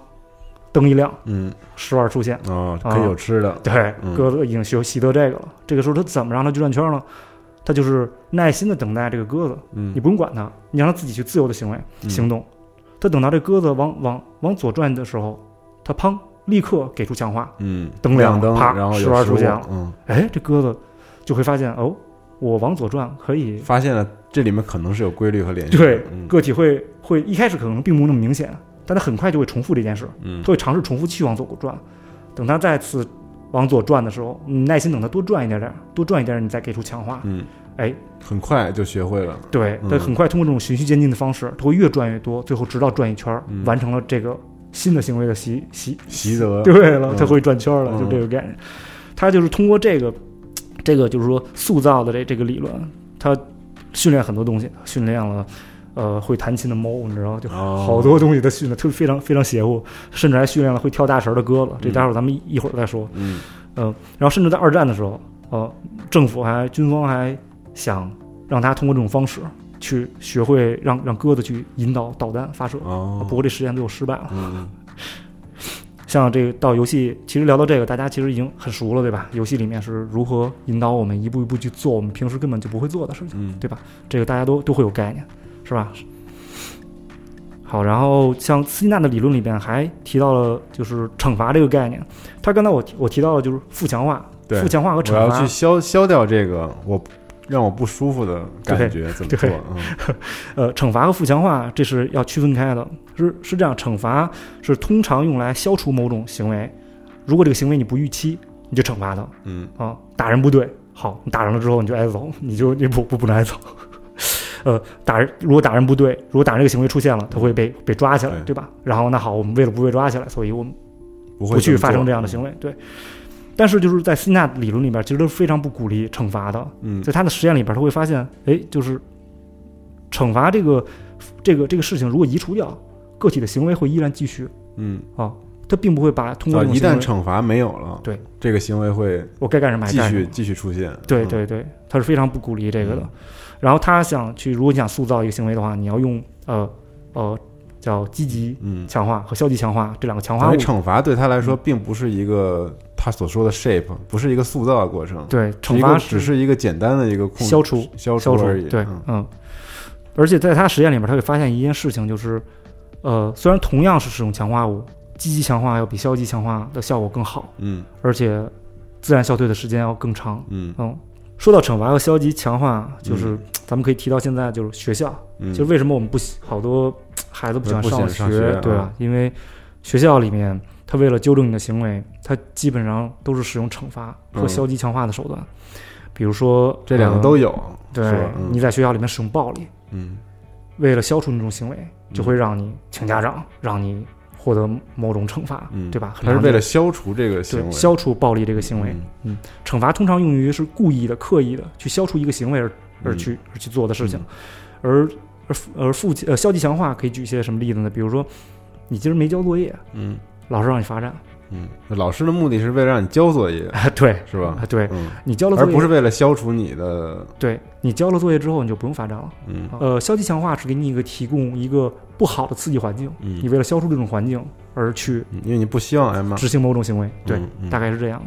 S6: 灯一亮，
S5: 嗯，
S6: 食玩出现。
S5: 哦，可以有吃的。
S6: 对
S5: 嗯，
S6: 鸽子已经学习得这个了。这个时候他怎么让它去转圈呢？他就是耐心的等待这个鸽子，
S5: 嗯
S6: 你，不用管它，你让它自己去自由的行为
S5: 嗯
S6: 行动。他等到这鸽子往往往左转的时候，他砰，立刻给出强化，
S5: 嗯，
S6: 灯
S5: 亮
S6: 亮
S5: 灯，
S6: 啪
S5: 然后
S6: 食
S5: 有
S6: 玩
S5: 食
S6: 出
S5: 物
S6: 现了。
S5: 嗯，
S6: 哎，这鸽子就会发现哦，我往左转可以，
S5: 发现了这里面可能是有规律和联系的。
S6: 对
S5: 嗯，
S6: 个体会会一开始可能并不那么明显，但它很快就会重复这件事，
S5: 嗯
S6: 它会尝试重复去往左转。等它再次往左转的时候，你耐心等它多转一点点，多转一点点，你再给出强化。
S5: 嗯，
S6: 哎，
S5: 很快就学会了。
S6: 对，
S5: 嗯
S6: 它很快通过这种循序渐进的方式，它会越转越多，最后直到转一圈儿，
S5: 嗯
S6: 完成了这个新的行为的习习
S5: 习得
S6: 对了，
S5: 嗯
S6: 他会转圈了，
S5: 嗯
S6: 就这个概念。他就是通过这个，这个就是说塑造的这这个理论，他训练很多东西，训练了。呃，会弹琴的猫，你知道，就
S5: 哦
S6: 好多东西他训的特别非常非常邪乎，甚至还训练了会跳大神的鸽子。这待会儿咱们一一会儿再说。
S5: 嗯
S6: 嗯，然后甚至在二战的时候，呃，政府还军方还想让他通过这种方式去学会让让鸽子去引导导弹发射，
S5: 哦
S6: 不，过这实验最后失败了。
S5: 嗯
S6: 像这个到游戏，其实聊到这个，大家其实已经很熟了，对吧？游戏里面是如何引导我们一步一步去做我们平时根本就不会做的事情，
S5: 嗯
S6: 对吧？这个大家都都会有概念，是吧？好，然后像斯金纳的理论里边还提到了就是惩罚这个概念，他刚才我提我提到了就是负强化，
S5: 对
S6: 负强化和惩
S5: 我要
S6: 罚
S5: 去，消消掉这个我让我不舒服的感觉，怎么做嗯
S6: 对？呃，惩罚和负强化这是要区分开的，是是这样，惩罚是通常用来消除某种行为，如果这个行为你不预期，你就惩罚它。
S5: 嗯
S6: 啊，打人不对，好，你打人了之后你就挨揍， 你就你不不不能挨揍。呃，打人如果打人不对，如果打人这个行为出现了，他会被被抓起来，
S5: 对
S6: 对吧？然后那好，我们为了不被抓起来，所以我们
S5: 嗯，不会
S6: 不去发生这
S5: 样。
S6: 样的行为，对。但是就是在斯纳理论里边，其实都是非常不鼓励惩罚的。
S5: 嗯
S6: 在他的实验里边，他会发现，哎，就是惩罚这个这个这个事情，如果移除掉，个体的行为会依然继续，
S5: 嗯
S6: 啊，他并不会把通过
S5: 啊，
S6: 这种
S5: 一
S6: 行
S5: 旦
S6: 为
S5: 惩罚没有了，
S6: 对
S5: 这个行为会
S6: 我该干什么还
S5: 继
S6: 干什么
S5: 续继续出现。
S6: 对
S5: 嗯，
S6: 对对，他是非常不鼓励这个的。然后他想去，如果你想塑造一个行为的话，你要用呃呃叫积极
S5: 嗯，
S6: 强化和消极强化这两个强化
S5: 等于
S6: 物。
S5: 惩罚对他来说
S6: 嗯
S5: 并不是一个他所说的 shape，不是一个塑造的过程，
S6: 对，
S5: 是
S6: 惩
S5: 一
S6: 罚
S5: 个只是一个简单的一个控制
S6: 消除
S5: 消
S6: 消除
S5: 而已。
S6: 对，
S5: 嗯
S6: 嗯。而且在他实验里面，他会发现一件事情，就是呃，虽然同样是使用强化物，积极强化要比消极强化的效果更好，
S5: 嗯
S6: 而且自然消退的时间要更长。
S5: 嗯
S6: 嗯，说到惩罚和消极强化，就是、
S5: 嗯
S6: 咱们可以提到现在就是学校，
S5: 嗯，
S6: 就是为什么我们不喜好多孩子不喜欢
S5: 不喜
S6: 上
S5: 欢上学
S6: 对吧
S5: 啊？
S6: 因为学校里面，他为了纠正你的行为，他基本上都是使用惩罚和
S5: 嗯
S6: 消极强化的手段，比如说
S5: 这两个
S6: 呃
S5: 都有，
S6: 对
S5: 是吧？嗯
S6: 你在学校里面使用暴力，
S5: 嗯
S6: 为了消除你这种行为，就会让你请家长，让你获得某种惩罚，
S5: 嗯，
S6: 对吧？很
S5: 他是
S6: 常
S5: 为
S6: 见
S5: 了消除这个行
S6: 对
S5: 为，
S6: 消除暴力这个行为，
S5: 嗯
S6: 惩罚通常用于是故意的、刻意的去消除一个行为而而
S5: 嗯
S6: 去、而去做的事情，而而负而负呃消极强化可以举一些什么例子呢？比如说你今儿没交作业，
S5: 嗯
S6: 老师让你 罚站，
S5: 嗯，老师的目的是为了让你交作业，
S6: 对，
S5: 是吧
S6: 啊？对
S5: 嗯，
S6: 你交了
S5: 而
S6: 作业，
S5: 不是为了消除你的，
S6: 对你交了作业之后你就不用罚站了。
S5: 嗯
S6: 呃，消极强化是给你一个提供一个不好的刺激环境，
S5: 嗯
S6: 你，为了消除这种环境而去
S5: 嗯因为你不希望挨骂，
S6: 执行某种行为，对，
S5: 嗯嗯
S6: 大概是这样。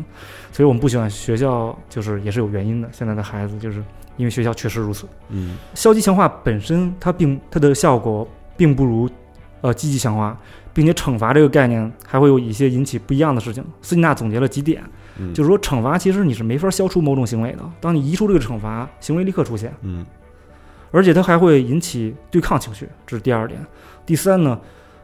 S6: 所以我们不喜欢学校，就是也是有原因的。现在的孩子就是因为学校确实如此。
S5: 嗯
S6: 消极强化本身它并它的效果并不如呃积极强化，并且惩罚这个概念还会有一些引起不一样的事情。斯金纳总结了几点，
S5: 嗯，
S6: 就是说惩罚其实你是没法消除某种行为的，当你移除这个惩罚，行为立刻出现，
S5: 嗯
S6: 而且它还会引起对抗情绪，这是第二点。第三呢，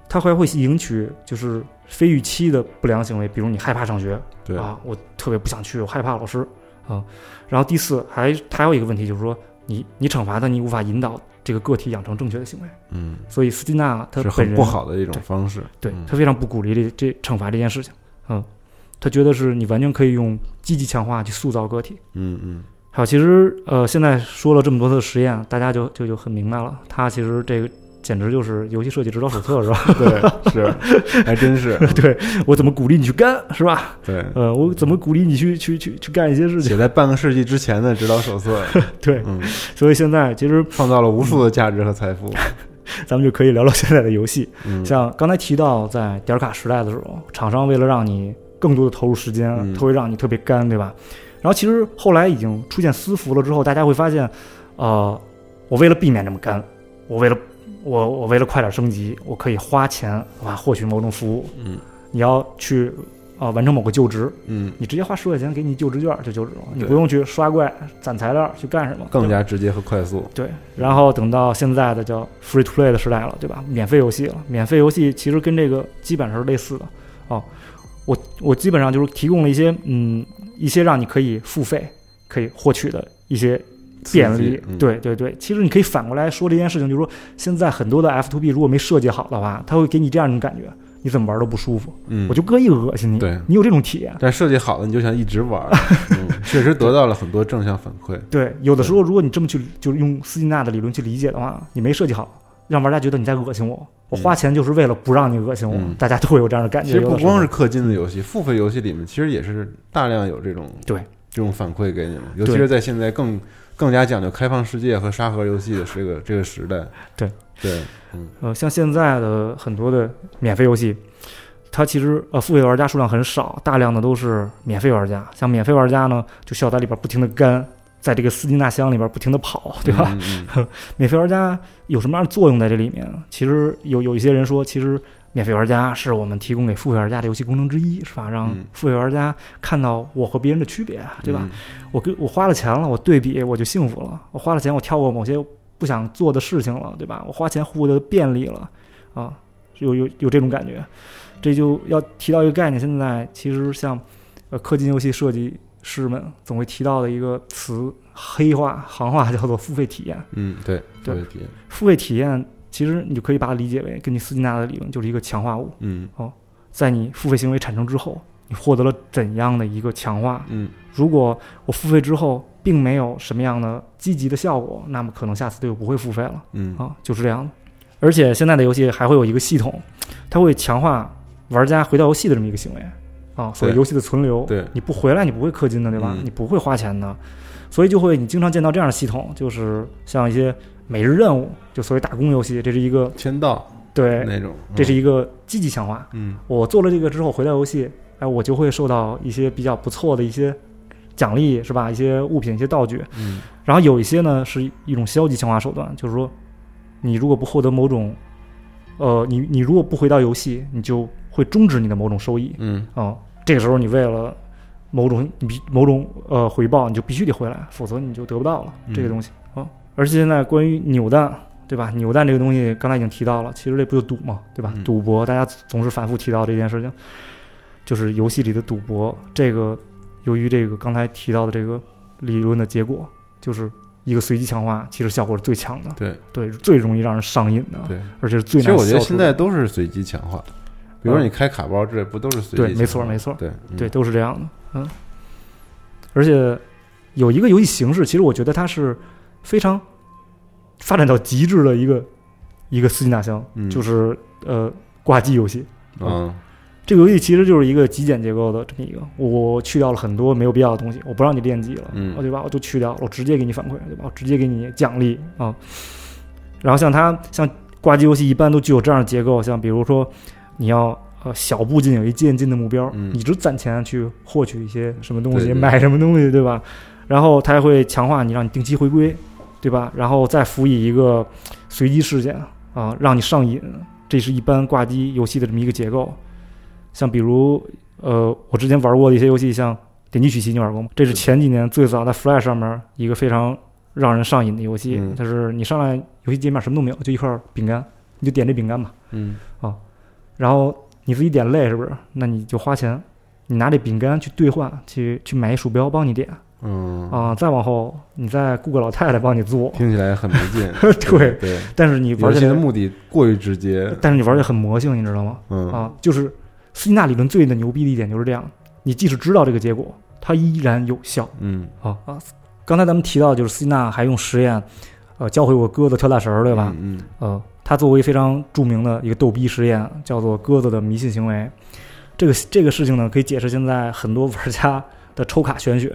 S6: 它还会引起就是非预期的不良行为，比如你害怕上学，
S5: 对，
S6: 啊，我特别不想去，我害怕老师啊。然后第四，还还有一个问题就是说，你你惩罚他，你无法引导这个个体养成正确的行为，
S5: 嗯，
S6: 所以斯金纳他
S5: 是
S6: 本
S5: 很
S6: 人
S5: 不，好的一种
S6: 对
S5: 方式，
S6: 对
S5: 嗯
S6: 他非常不鼓励这这惩罚这件事情，嗯，他觉得是你完全可以用积极强化去塑造个体。
S5: 嗯嗯
S6: 还有，其实呃，现在说了这么多的实验，大家就就就很明白了，他其实这个简直就是游戏设计指导手册是吧？
S5: 嗯对，是，还真是，
S6: 对我怎么鼓励你去干是吧？
S5: 对，
S6: 呃，我怎么鼓励你去去去去干一些事情？
S5: 写在半个世纪之前的指导手册，
S6: 对，
S5: 嗯，
S6: 所以现在其实
S5: 创造了无数的价值和财 富，
S6: 咱们就可以聊聊现在的游戏。
S5: 嗯，
S6: 像刚才提到，在点卡时代的时候，厂商为了让你更多的投入时间，
S5: 嗯
S6: 它会让你特别干，对吧？然后其实后来已经出现私服了之后，大家会发现，呃，我为了避免这么干，我为了我我为了快点升级，我可以花钱啊获取某种服务。
S5: 嗯，
S6: 你要去啊、呃完成某个就职，
S5: 嗯，
S6: 你直接花十块钱给你就职券就就职了，你
S5: 对
S6: 不用去刷怪、攒材料去干什么，
S5: 更
S6: 对吧
S5: 加直接和快速，
S6: 对，然后等到现在的叫 free to play 的时代了，对吧？免费游戏了，免费游戏其实跟这个基本上是类似的哦。我我基本上就是提供了一些嗯一些让你可以付费可以获取的一些便
S5: 刺激
S6: 利，
S5: 嗯
S6: 对对对。其实你可以反过来说这件事情，就是说现在很多的 F to B 如果没设计好的话，它会给你这样一种感觉，你怎么玩都不舒服，
S5: 嗯
S6: 我，就恶意恶心你，
S5: 对
S6: 你有这种体验。
S5: 但设计好了你就想一直玩 儿，嗯，确实得到了很多正向反馈，
S6: 对，有的时候如果你这么去，就是用斯金纳的理论去理解的话，你没设计好，让玩家觉得你在恶心我，我花钱就是为了不让你恶心我，
S5: 嗯
S6: 大家都会有这样的感
S5: 其
S6: 觉。
S5: 实不
S6: 哎有的时候
S5: 光是氪金的游戏，付费游戏里面其实也是大量有这种
S6: 对
S5: 这种反馈给你们，尤其是在现在更更加讲究开放世界和沙盒游戏的这个这个时代。
S6: 对
S5: 对，
S6: 呃，像现在的很多的免费游戏，它其实呃付费玩家数量很少，大量的都是免费玩家。像免费玩家呢，就需要在里边不停的干，在这个斯金纳箱里边不停的跑，对吧？
S5: 嗯？嗯
S6: 免费玩家有什么样的作用在这里面？其实有有一些人说，其实免费玩家是我们提供给付费玩家的游戏功能之一，是吧？让
S5: 嗯
S6: 付费玩家看到我和别人的区别， 对吧？
S5: 嗯
S6: 我跟我花了钱了，我对比我就幸福了；我花了钱，我跳过某些不想做的事情了，对吧？我花钱获得便利了，啊，有有有这种感觉。这就要提到一个概念，现在其实像呃氪金游戏设计师们总会提到的一个词，黑话行话叫做付费体验。
S5: 嗯，对，特
S6: 对
S5: 别体验
S6: 付费体验，其实你就可以把它理解为跟你斯金纳的理论就是一个强化物，
S5: 嗯
S6: 在你付费行为产生之后，你获得了怎样的一个强化？
S5: 嗯
S6: 如果我付费之后并没有什么样的积极的效果，那么可能下次就不会付费了
S5: 嗯，
S6: 啊，就是这样的。而且现在的游戏还会有一个系统，它会强化玩家回到游戏的这么一个行为啊，所以
S5: 对
S6: 游戏的存留，
S5: 对
S6: 你不回来你不会氪金的，对吧？
S5: 嗯
S6: 你不会花钱的，所以就会你经常见到这样的系统，就是像一些每日任务，就所谓打工游戏，这是一个
S5: 签到
S6: 对，
S5: 那嗯种，
S6: 哎这是一个积极强化。
S5: 嗯
S6: 我做了这个之后回到游戏，哎，我就会受到一些比较不错的一些奖励，是吧？一些物品、一些道具，
S5: 嗯
S6: 然后有一些呢是一种消极强化手段，就是说，你如果不获得某种，呃，你你如果不回到游戏，你就会终止你的某种收益
S5: 嗯
S6: 啊、这个时候你为了某种你必某种呃回报，你就必须得回来，否则你就得不到了
S5: 嗯
S6: 这个东西啊、而且现在关于扭蛋，对吧？扭蛋这个东西刚才已经提到了，其实这不就赌嘛，对吧？
S5: 嗯
S6: 赌博大家总是反复提到这件事情，就是游戏里的赌博。这个由于这个刚才提到的这个理论的结果，就是一个随机强化，其实效果是最强的，
S5: 对
S6: 对，最容易让人上瘾的，
S5: 对。
S6: 而且是啊最
S5: 其实
S6: 难消除
S5: 我
S6: 的。
S5: 觉得现在都是随机强化，比如说你开卡包之类，不都是随机
S6: 嗯对
S5: 强化？
S6: 没错没错
S5: 对嗯
S6: 对，都是这样的，嗯。而且有一个游戏形式，其实我觉得它是非常发展到极致的一个一个斯金大箱，
S5: 嗯
S6: 就是呃挂机游戏。
S5: 嗯
S6: 这个游戏其实就是一个极简结构的这么一个，我去掉了很多没有必要的东西，我不让你练级了，
S5: 嗯
S6: 对吧？我就去掉了，我直接给你反馈，对吧？我直接给你奖励啊。然后像它像挂机游戏一般都具有这样的结构，像比如说你要呃小步进有一渐进的目标，
S5: 嗯
S6: 你只攒钱去获取一些什么东西，
S5: 对对
S6: 买什么东西，对吧？然后它还会强化你，让你定期回归，对吧？然后再辅以一个随机事件啊，让你上瘾，这是一般挂机游戏的这么一个结构。像比如呃，我之前玩过的一些游戏，像点击取奇，你玩过吗？这是前几年最早在 Flash 上面一个非常让人上瘾的游戏，
S5: 嗯
S6: 它是你上来游戏界面什么都没有，就一块饼干，你就点这饼干吧，
S5: 嗯
S6: 然后你自己点累是不是？那你就花钱，你拿这饼干去兑换，去去买一鼠标帮你点
S5: 嗯，
S6: 啊、再往后你再雇个老太太帮你做，。
S5: 听起来很没劲
S6: 对，
S5: 对，
S6: 但是你
S5: 游
S6: 玩
S5: 戏
S6: 起
S5: 的
S6: 来，
S5: 目的过于直接，
S6: 但是你玩起来很魔性，你知道吗？
S5: 嗯
S6: 啊，就是斯金纳理论最的牛逼的一点就是这样，你即使知道这个结果，它依然有效。
S5: 嗯
S6: 啊啊！刚才咱们提到，就是斯金纳还用实验，呃，教会过鸽子跳大绳儿，对吧？
S5: 嗯
S6: 呃，他作为非常著名的一个逗逼实验，叫做鸽子的迷信行为。这个这个事情呢，可以解释现在很多玩家的抽卡玄学。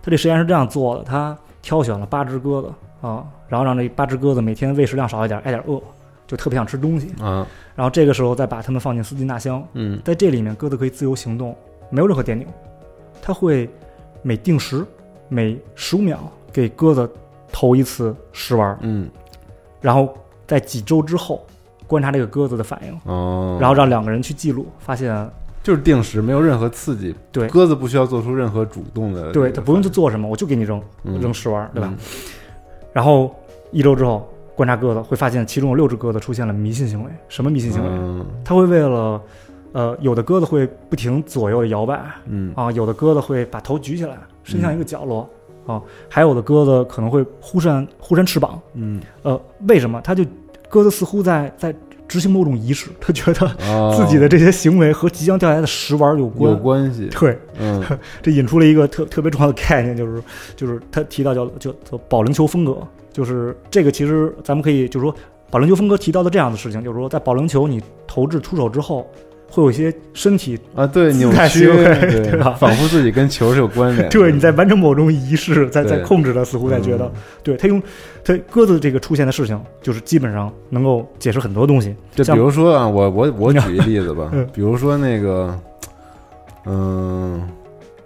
S6: 他这实验是这样做的：他挑选了八只鸽子啊，然后让这八只鸽子每天喂食量少一点，挨点饿，就特别想吃东西。
S5: 嗯啊
S6: 然后这个时候再把它们放进斯金纳箱，
S5: 嗯
S6: 在这里面，鸽子可以自由行动，没有任何电钮。它会每定时、每十五秒给鸽子投一次食丸，
S5: 嗯
S6: 然后在几周之后观察这个鸽子的反应，
S5: 哦，
S6: 然后让两个人去记录，发现
S5: 就是定时，没有任何刺激，
S6: 对
S5: 鸽子不需要做出任何主动的，
S6: 对它不用去做什么，我就给你扔
S5: 嗯
S6: 扔食丸，对吧？
S5: 嗯
S6: 然后一周之后观察鸽子，会发现其中有六只鸽子出现了迷信行为。什么迷信行为？
S5: 嗯
S6: 它会为了呃，有的鸽子会不停左右的摇摆，
S5: 嗯
S6: 啊，有的鸽子会把头举起来，伸向一个角落、啊，还有的鸽子可能会忽扇忽扇翅膀。
S5: 嗯，
S6: 呃，为什么？它就鸽子似乎在在执行某种仪式，它觉得
S5: 哦
S6: 自己的这些行为和即将掉下来的食丸有关。
S5: 有关系，
S6: 对，
S5: 嗯
S6: 这引出了一个特特别重要的概念，就是就是他提到叫叫叫保龄球风格，就是这个其实咱们可以就是说保龄球风格提到的这样的事情，就是说在保龄球你投掷出手之后，会有一些身体
S5: 啊， 对，
S6: 自
S5: 扭
S6: 带
S5: 曲，
S6: 行为
S5: 对
S6: 对吧
S5: 仿佛自己跟球是有关联的，
S6: 对，你在完成某种仪式，在在
S5: 对
S6: 控制它，似乎在觉得，
S5: 嗯
S6: 对他用他鸽子这个出现的事情，就是基本上能够解释很多东西。
S5: 就
S6: 像
S5: 比如说啊，我我我举一例子吧
S6: 嗯，
S5: 比如说那个，嗯、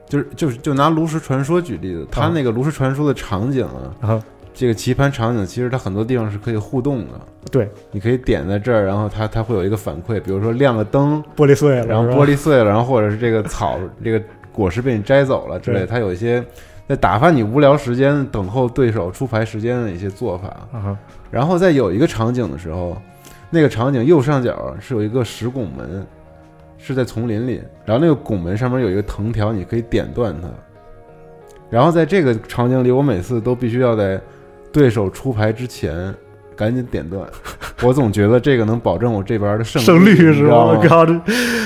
S5: 就是就是就拿炉石传说举例子，它
S6: 啊
S5: 那个炉石传说的场景啊，
S6: 啊，
S5: 这个棋盘场景其实它很多地方是可以互动的，
S6: 对，
S5: 你可以点在这儿，然后它它会有一个反馈，比如说亮个灯，
S6: 玻璃碎了，
S5: 然后
S6: 是吧
S5: 玻璃碎了，然后或者是这个草这个果实被你摘走了之类的，
S6: 对
S5: 它有一些在打发你无聊时间、等候对手出牌时间的一些做法。
S6: 啊，
S5: 然后在有一个场景的时候，那个场景右上角是有一个石拱门，是在丛林里，然后那个拱门上面有一个藤条，你可以点断它。然后在这个场景里，我每次都必须要在对手出牌之前赶紧点断， 我总觉得这个能保证我这边的胜
S6: 胜率是吧？
S5: 我
S6: 我靠，这我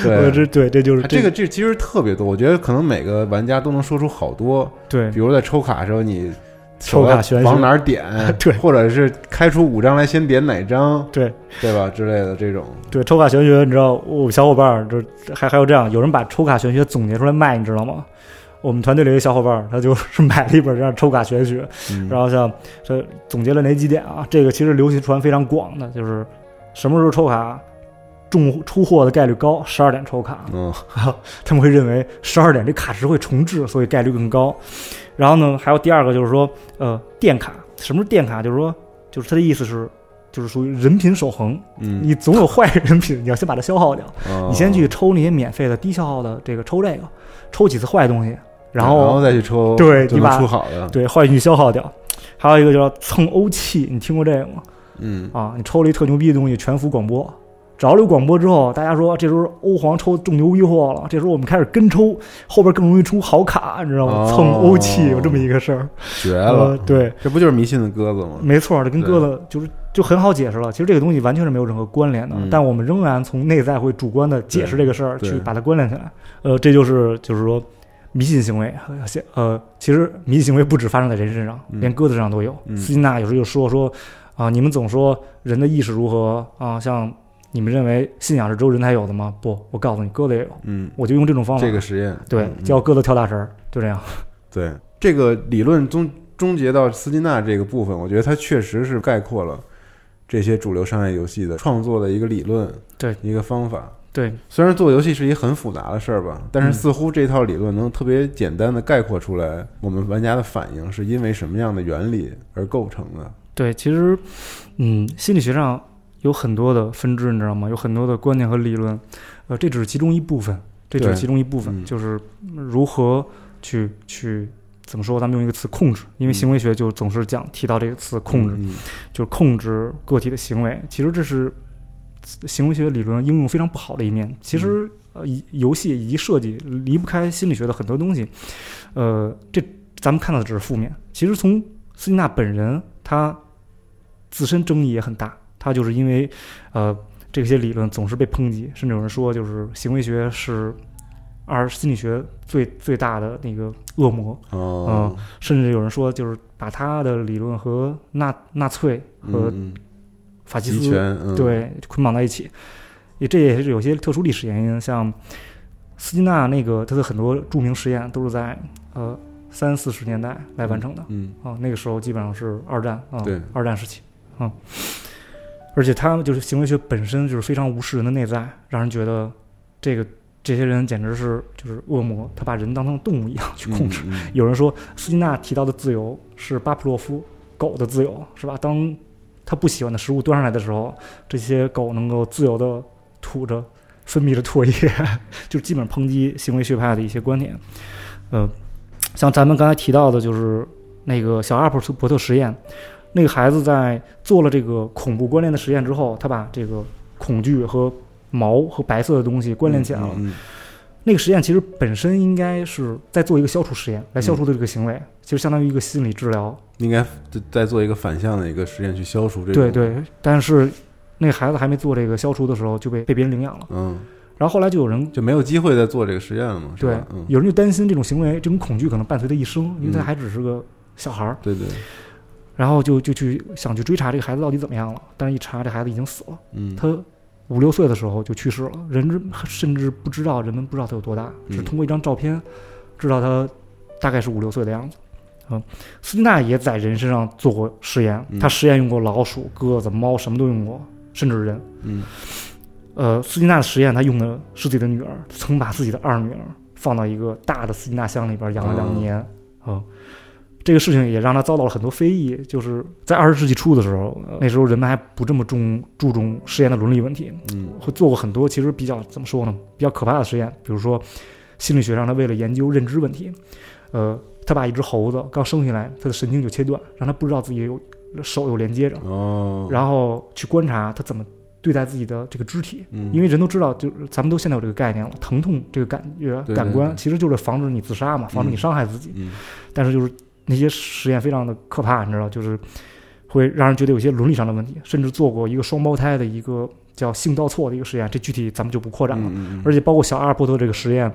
S5: 对，
S6: 这对，这就是
S5: 这个这其实特别多，我觉得可能每个玩家都能说出好多，
S6: 对
S5: 比如在抽卡的时候你。
S6: 抽卡玄学，
S5: 往哪儿点
S6: 对
S5: 或者是开出五张来先点哪张，
S6: 对
S5: 对吧？之类的这种，
S6: 对，抽卡玄学，你知道，我小伙伴儿这还还有这样，有人把抽卡玄学总结出来卖，你知道吗？我们团队里有一小伙伴儿，他就是买了一本这样抽卡玄学，
S5: 嗯
S6: 然后像这总结了哪几点啊？这个其实流传非常广的，就是什么时候抽卡中出货的概率高，十二点抽卡，
S5: 嗯，
S6: 他们会认为十二点这卡池会重置，所以概率更高。然后呢，还有第二个就是说，呃，电卡，什么是电卡？就是说，就是他的意思是，就是属于人品守恒，
S5: 嗯，
S6: 你总有坏人品，你要先把它消耗掉。
S5: 哦
S6: 你先去，抽那些免费的低消耗的这个抽这个，抽几次坏东西，然
S5: 然
S6: 后
S5: 后再去抽，
S6: 对
S5: 就
S6: 你
S5: 能
S6: 把
S5: 出好的，
S6: 对坏运气消耗掉。还有一个叫蹭欧气，你听过这个吗？
S5: 嗯，
S6: 啊，你抽了一特牛逼的东西，全服广播。只要有广播之后，大家说这时候欧皇抽中牛逼货了，这时候我们开始跟抽，后边更容易出好卡，你知道吗？
S5: 哦
S6: 蹭欧气有这么一个事儿。
S5: 绝了
S6: 呃，对，嗯
S5: 这不就是迷信的鸽子吗？
S6: 没错，这跟鸽子就是就很好解释了。其实这个东西完全是没有任何关联的，
S5: 嗯
S6: 但我们仍然从内在会主观的解释这个事儿，
S5: 对
S6: 去把它关联起来。呃，这就是就是说迷信行为，呃现呃，其实迷信行为不止发生在人身上，
S5: 嗯
S6: 连鸽子上都有。
S5: 嗯
S6: 斯金纳有时候就说说啊、你们总说人的意识如何啊、像你们认为信仰是只有人才有的吗？不，我告诉你，鸽子也有。
S5: 嗯，
S6: 我就用这种方法，
S5: 这个实验，
S6: 对
S5: 嗯，
S6: 教鸽子跳大神儿，就这样。
S5: 对这个理论终终结到斯金纳这个部分，我觉得它确实是概括了这些主流商业游戏的创作的一个理论，
S6: 对
S5: 一个方法。
S6: 对，
S5: 虽然做游戏是一个很复杂的事儿吧，但
S6: 嗯
S5: 是似乎这套理论能特别简单的概括出来我们玩家的反应是因为什么样的原理而构成的。
S6: 对，其实，嗯，心理学上有很多的分支，你知道吗？有很多的观念和理论，呃，这只是其中一部分，这只是
S5: 对
S6: 其中一部分，
S5: 嗯
S6: 就是如何去去怎么说？咱们用一个词控制，因为
S5: 嗯
S6: 行为学就总是讲提到这个词控制，
S5: 嗯
S6: 就是控制个体的行为。其实这是行为学理论应用非常不好的一面。其实，呃，以游戏以及设计离不开心理学的很多东西。呃，这咱们看到的只是负面。其实从斯金纳本人，他自身争议也很大。他就是因为，呃，这些理论总是被抨击，甚至有人说，就是行为学是二心理学最最大的那个恶魔。
S5: 哦，
S6: 甚至有人说，就是把他的理论和纳纳粹和
S5: 嗯嗯
S6: 法西
S5: 集
S6: 斯、
S5: 权，嗯，
S6: 对捆绑在一起。也这也是有些特殊历史原因，像斯金纳那个他的很多著名实验都是在呃三四十年代来完成的
S5: 嗯，
S6: 啊、那个时候基本上是二战啊、
S5: 对
S6: 二战时期啊、而且他就是行为学本身就是非常无视人的内在，让人觉得这个这些人简直是就是恶魔，他把人当成动物一样去控制。
S5: 嗯，嗯
S6: 有人说斯金纳提到的自由是巴甫洛夫狗的自由，是吧？当他不喜欢的食物端上来的时候，这些狗能够自由的吐着分泌着唾液， 就基本抨击行为学派的一些观点。呃，像咱们刚才提到的，就是那个小阿伯特伯特实验，那个孩子在做了这个恐怖关联的实验之后，他把这个恐惧和毛和白色的东西关联起来了。
S5: 嗯嗯
S6: 那个实验其实本身应该是在做一个消除实验，来
S5: 嗯
S6: 消除的这个行为，其实相当于一个心理治疗。
S5: 应该再做一个反向的一个实验去消除这种，
S6: 对，对，但是那个孩子还没做这个消除的时候就被被别人领养了，
S5: 嗯，
S6: 然后后来就有人
S5: 就没有机会再做这个实验了嘛，是
S6: 对
S5: 吧？嗯，
S6: 有人就担心这种行为，这种恐惧可能伴随他一生，因为他
S5: 嗯
S6: 还只是个小孩儿，
S5: 对对，
S6: 然后就就去想去追查这个孩子到底怎么样了，但是一查这孩子已经死了，
S5: 嗯，
S6: 他五六岁的时候就去世了，人之甚至不知道人们不知道他有多大，
S5: 嗯
S6: 只通过一张照片知道他大概是五六岁的样子。啊、斯金纳也在人身上做过实验，
S5: 嗯
S6: 他实验用过老鼠、鸽子、猫，什么都用过，甚至人。
S5: 嗯，
S6: 呃，斯金纳的实验，他用的是自己的女儿，曾把自己的二女儿放到一个大的斯金纳箱里边养了两
S5: 哦
S6: 年啊、这个事情也让他遭到了很多非议。就是在二十世纪初的时候，呃那时候人们还不这么重注重实验的伦理问题，
S5: 嗯
S6: 会做过很多其实比较怎么说呢，比较可怕的实验，比如说心理学上他为了研究认知问题，呃，他把一只猴子刚生下来，他的神经就切断，让他不知道自己有手有连接着，
S5: 哦，
S6: 然后去观察他怎么对待自己的这个肢体。
S5: 嗯
S6: 因为人都知道，就是咱们都现在有这个概念了，疼痛这个感觉
S5: 对对
S6: 感官
S5: 对
S6: 其实就是防止你自杀嘛，防止你
S5: 嗯
S6: 伤害自己。
S5: 嗯
S6: 但是就是那些实验非常的可怕，你知道，就是会让人觉得有些伦理上的问题，甚至做过一个双胞胎的一个叫性倒错的一个实验，这具体咱们就不扩展了。
S5: 嗯嗯嗯
S6: 而且包括小阿尔伯特这个实验，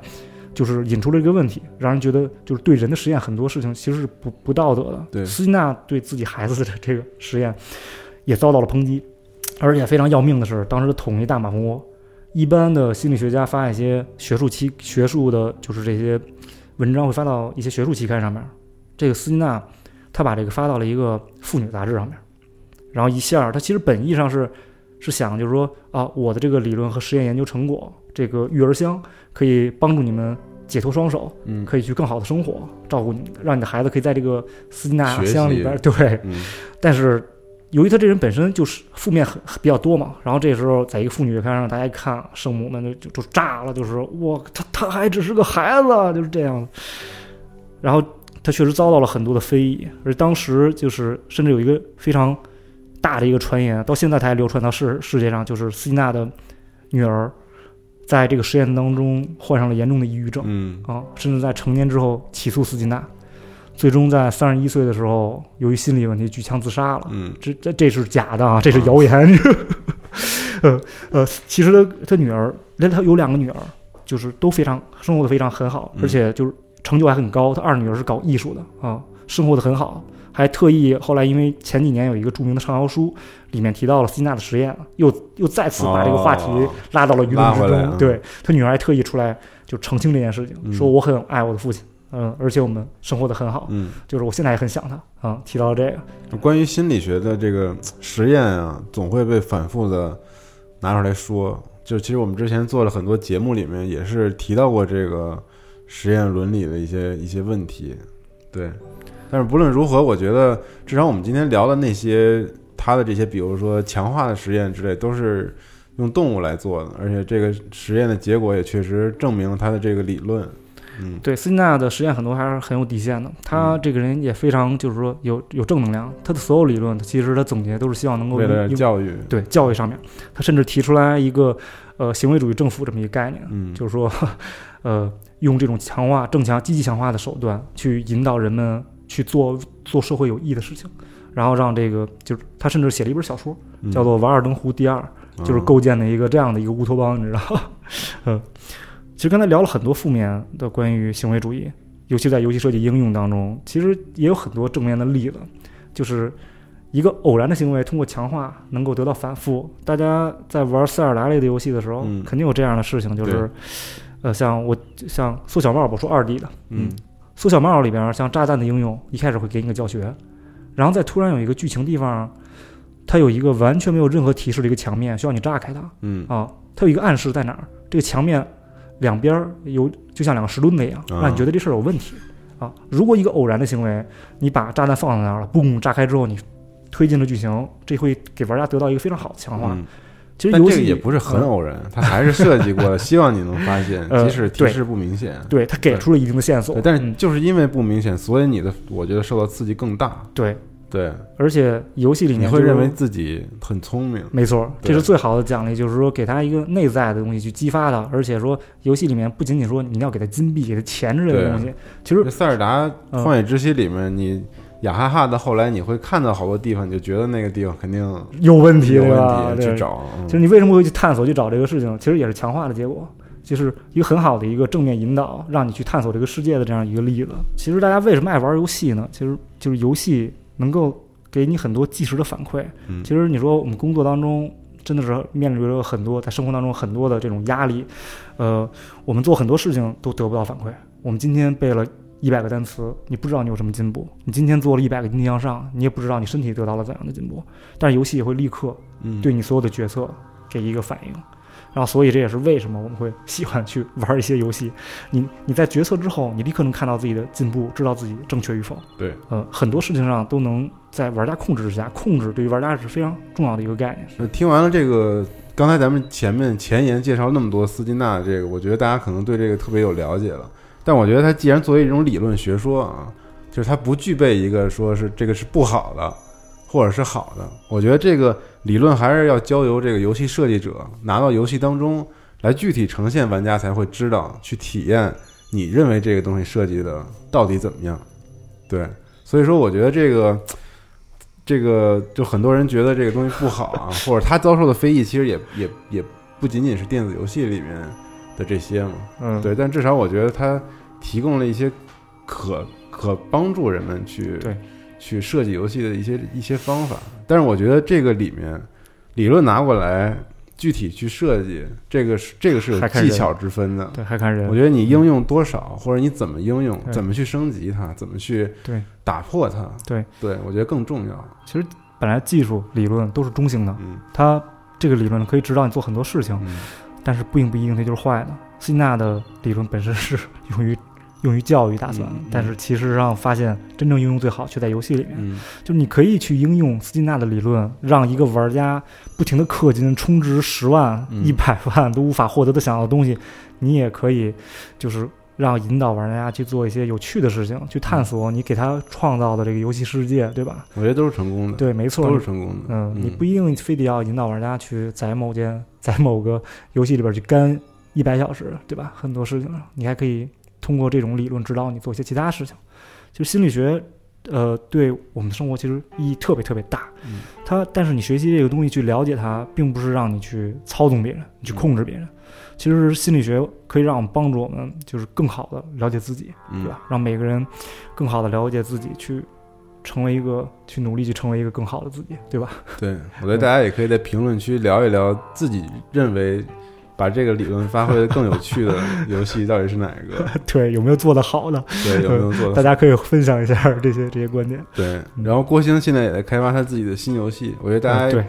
S6: 就是引出了这个问题，让人觉得就是对人的实验很多事情其实是不不道德的。
S5: 对
S6: 斯金纳对自己孩子的这个实验也遭到了抨击，而且非常要命的是，当时的统一大马蜂窝，一般的心理学家发一些学术期学术的，就是这些文章会发到一些学术期刊上面，这个斯金纳他把这个发到了一个妇女杂志上面，然后一下儿他其实本意上是是想就是说啊，我的这个理论和实验研究成果，这个育儿箱可以帮助你们解脱双手，
S5: 嗯，
S6: 可以去更好的生活，照顾你，让你的孩子可以在这个斯金纳
S5: 学习
S6: 箱里边儿，对，
S5: 嗯
S6: 但是由于他这人本身就是负面很比较多嘛，然后这时候在一个妇女月刊上，大家一看，圣母们就就就炸了，就是我他他还只是个孩子，就是这样。然后他确实遭到了很多的非议，而当时就是甚至有一个非常大的一个传言，到现在它还流传到世世界上，就是斯金纳的女儿在这个实验当中患上了严重的抑郁症。
S5: 嗯
S6: 啊，甚至在成年之后起诉斯金纳，最终在三十一岁的时候，由于心理问题举枪自杀了。
S5: 嗯
S6: 这这这是假的啊，这是谣言。 呃呃，其实他他女儿，那他有两个女儿，就是都非常生活的非常很好，
S5: 嗯
S6: 而且就是成就还很高。他二女儿是搞艺术的啊，生活的很好，还特意后来因为前几年有一个著名的畅销书里面提到了斯金纳的实验，又又再次把这个话题
S5: 哦
S6: 拉到了舆
S5: 拉
S6: 论之
S5: 回来
S6: 中。
S5: 啊
S6: 对他女儿还特意出来就澄清这件事情，
S5: 嗯
S6: 说我很爱我的父亲，嗯，而且我们生活的很好，
S5: 嗯。
S6: 就是我现在也很想他啊、提到了这个，
S5: 关于心理学的这个呃实验啊，总会被反复的拿出来说。就其实我们之前做了很多节目，里面也是提到过这个实验伦理的一些一些问题。对，但是不论如何，我觉得至少我们今天聊的那些他的这些，比如说强化的实验之类，都是用动物来做的，而且这个实验的结果也确实证明了他的这个理论。嗯
S6: 对斯金纳的实验很多还是很有底线的，他
S5: 嗯
S6: 这个人也非常就是说有有正能量，他的所有理论其实他总结都是希望能够
S5: 为了
S6: 用
S5: 教育，
S6: 对教育上面，他甚至提出来一个呃行为主义政府这么一个概念，
S5: 嗯，
S6: 就是说呃用这种强化正强积极强化的手段去引导人们去做做社会有益的事情，然后让这个就是他甚至写了一本小说
S5: 嗯
S6: 叫做《瓦尔登湖第二》，就是构建的一个这样的一个乌托邦，你知道吗？嗯，其实刚才聊了很多负面的关于行为主义，尤其在游戏设计应用当中，其实也有很多正面的例子，就是一个偶然的行为通过强化能够得到反复。大家在玩塞尔达类的游戏的时候，
S5: 嗯
S6: 肯定有这样的事情，就
S5: 对
S6: 是呃，像我像缩小帽，我说二 D 的，
S5: 嗯
S6: 缩小帽里边儿像炸弹的应用，一开始会给你个教学，然后再突然有一个剧情地方，它有一个完全没有任何提示的一个墙面，需要你炸开它
S5: 嗯
S6: 啊，它有一个暗示在哪儿？这个墙面两边儿有就像两个石墩子一样，
S5: 啊
S6: 让你觉得这事儿有问题啊。如果一个偶然的行为，你把炸弹放在那儿了，嘣炸开之后，你推进了剧情，这会给玩家得到一个非常好的强化。
S5: 嗯
S6: 其实
S5: 但
S6: 游
S5: 这个
S6: 戏
S5: 也不是很
S6: 嗯
S5: 偶然，它还是设计过的，希望你能发现，
S6: 呃
S5: 即使提
S6: 对
S5: 示不明显。
S6: 对，它给出了一定的线索
S5: 对，，但是
S6: 嗯
S5: 就是因为不明显，所以你的我觉得受到刺激更大。
S6: 对，
S5: 对，
S6: 而且游戏里
S5: 你
S6: 面
S5: 会
S6: 就是
S5: 认为自己很聪明。
S6: 没错，
S5: 对
S6: 这是最好的奖励，就是说给他一个内在的东西去激发他，而且说游戏里面不仅仅说你要给他金币、给他钱之类的东西，其实
S5: 这塞尔达《
S6: 嗯
S5: 旷野之息》里面，你雅哈哈的，后来你会看到好多地方，你就觉得那个地方肯定
S6: 有问题，
S5: 有
S6: 对吧？
S5: 问题，
S6: 对
S5: 去。找。嗯
S6: 其实你为什么会去探索、去找这个事情，其实也是强化的结果，就是一个很好的一个正面引导，让你去探索这个世界的这样一个例子。其实大家为什么爱玩游戏呢？其实就是游戏能够给你很多即时的反馈。
S5: 嗯
S6: 其实你说我们工作当中真的是面临着很多在生活当中很多的这种压力，呃，我们做很多事情都得不到反馈。我们今天背了一百个单词，你不知道你有什么进步；你今天做了一百个逆向上，你也不知道你身体得到了怎样的进步。但是游戏也会立刻
S5: 嗯，
S6: 对你所有的决策给一个反应。然后，所以这也是为什么我们会喜欢去玩一些游戏。你你在决策之后，你立刻能看到自己的进步，知道自己正确与否。
S5: 对，
S6: 呃，很多事情上都能在玩家控制之下，控制对于玩家是非常重要的一个概念。
S5: 那听完了这个，刚才咱们前面前言介绍那么多斯金纳的这个，我觉得大家可能对这个特别有了解了。但我觉得它既然作为一种理论学说啊，就是它不具备一个说是这个是不好的，或者是好的。我觉得这个理论还是要交由这个游戏设计者拿到游戏当中来具体呈现，玩家才会知道去体验你认为这个东西设计的到底怎么样。对，所以说我觉得这个。这个就很多人觉得这个 东西不好啊，或者他遭受的非议，其实也也也不仅仅是电子游戏里面的这些嘛。
S6: 嗯，
S5: 对，但至少我觉得它提供了一些可可帮助人们去
S6: 对
S5: 去设计游戏的一些一些方法。但是我觉得这个里面理论拿过来，具体去设计，这个是这个是有
S6: 还看人
S5: 技巧之分的。
S6: 对，还看人，
S5: 我觉得你应用多少，或者你怎么应用，
S6: 对
S5: 怎么去升级它，怎么去
S6: 对
S5: 打破它，
S6: 对
S5: 对，我觉得更重要。
S6: 其实本来技术理论都是中性的，
S5: 嗯
S6: 它这个理论可以指导你做很多事情，
S5: 嗯
S6: 但是并不一定它就是坏的。希纳的理论本身是 用于用于教育打算的，
S5: 嗯嗯
S6: 但是其实上发现真正应用最好却在游戏里面。
S5: 嗯
S6: 就你可以去应用斯金纳的理论，让一个玩家不停的氪金，充值十万、
S5: 嗯
S6: 一百万 都无法获得的想要的东西，你也可以就是让引导玩家去做一些有趣的事情，去探索你给他创造的这个游戏世界，对吧？
S5: 我觉得都是成功的，
S6: 对，没错，
S5: 都是成功的。
S6: 嗯，你不一定非得要引导玩家去在某件在某个游戏里边去干一百小时，对吧？很多事情，你还可以通过这种理论指导你做一些其他事情。就心理学，呃，对我们的生活其实意义特别特别大。
S5: 嗯
S6: 它，但是你学习这个东西去了解它，并不是让你去操纵别人，你去
S5: 嗯
S6: 控制别人。其实心理学可以让我们帮助我们，就是更好的了解自己，
S5: 嗯
S6: 对吧？让每个人更好的了解自己，去成为一个，去努力去成为一个更好的自己，对吧？
S5: 对，我觉得大家也可以在评论区聊一聊自己认为把这个理论发挥的更有趣的游戏到底是哪一 个，
S6: 对，有没有做得好的？
S5: 对，有没有做
S6: 大
S5: 的？
S6: 家可以分享一下这些这些观点。
S5: 对，然后郭兴现在也在开发他自己的新游戏，我觉得 大
S6: 嗯
S5: 家
S6: 对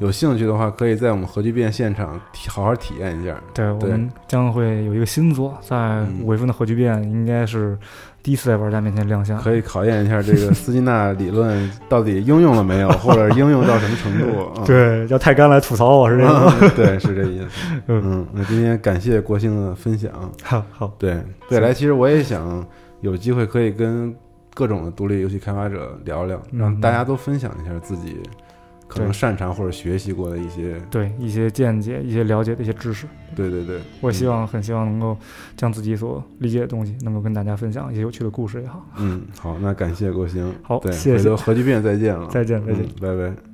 S5: 有兴趣的话，可以在我们核聚变现场体好好体验一下。
S6: 对，我们将会有一个新作，在
S5: 嗯
S6: 五月份的核聚变应该是第一次在玩家面前亮相。
S5: 可以考验一下这个斯金纳理论到底应用了没有，或者应用到什么程度。啊、
S6: 对，要太干来吐槽我是这个。
S5: 嗯， 对，是这意思。嗯，那今天感谢国兴的分享。
S6: 好好，
S5: 对，未来其实我也想有机会可以跟各种的独立游戏开发者聊聊，
S6: 嗯
S5: 让大家都分享一下自己可能
S6: 对
S5: 擅长或者学习过的一些。
S6: 对一些见解、一些了解的一些知识，
S5: 对对对，
S6: 我也希
S5: 嗯
S6: 望很希望能够将自己所理解的东西，能够跟大家分享一些有趣的故事也好。
S5: 嗯，好，那感谢国兴。
S6: 好
S5: 对，
S6: 谢
S5: 回
S6: 谢
S5: 头核聚变再见了，
S6: 再见再见
S5: 嗯拜拜。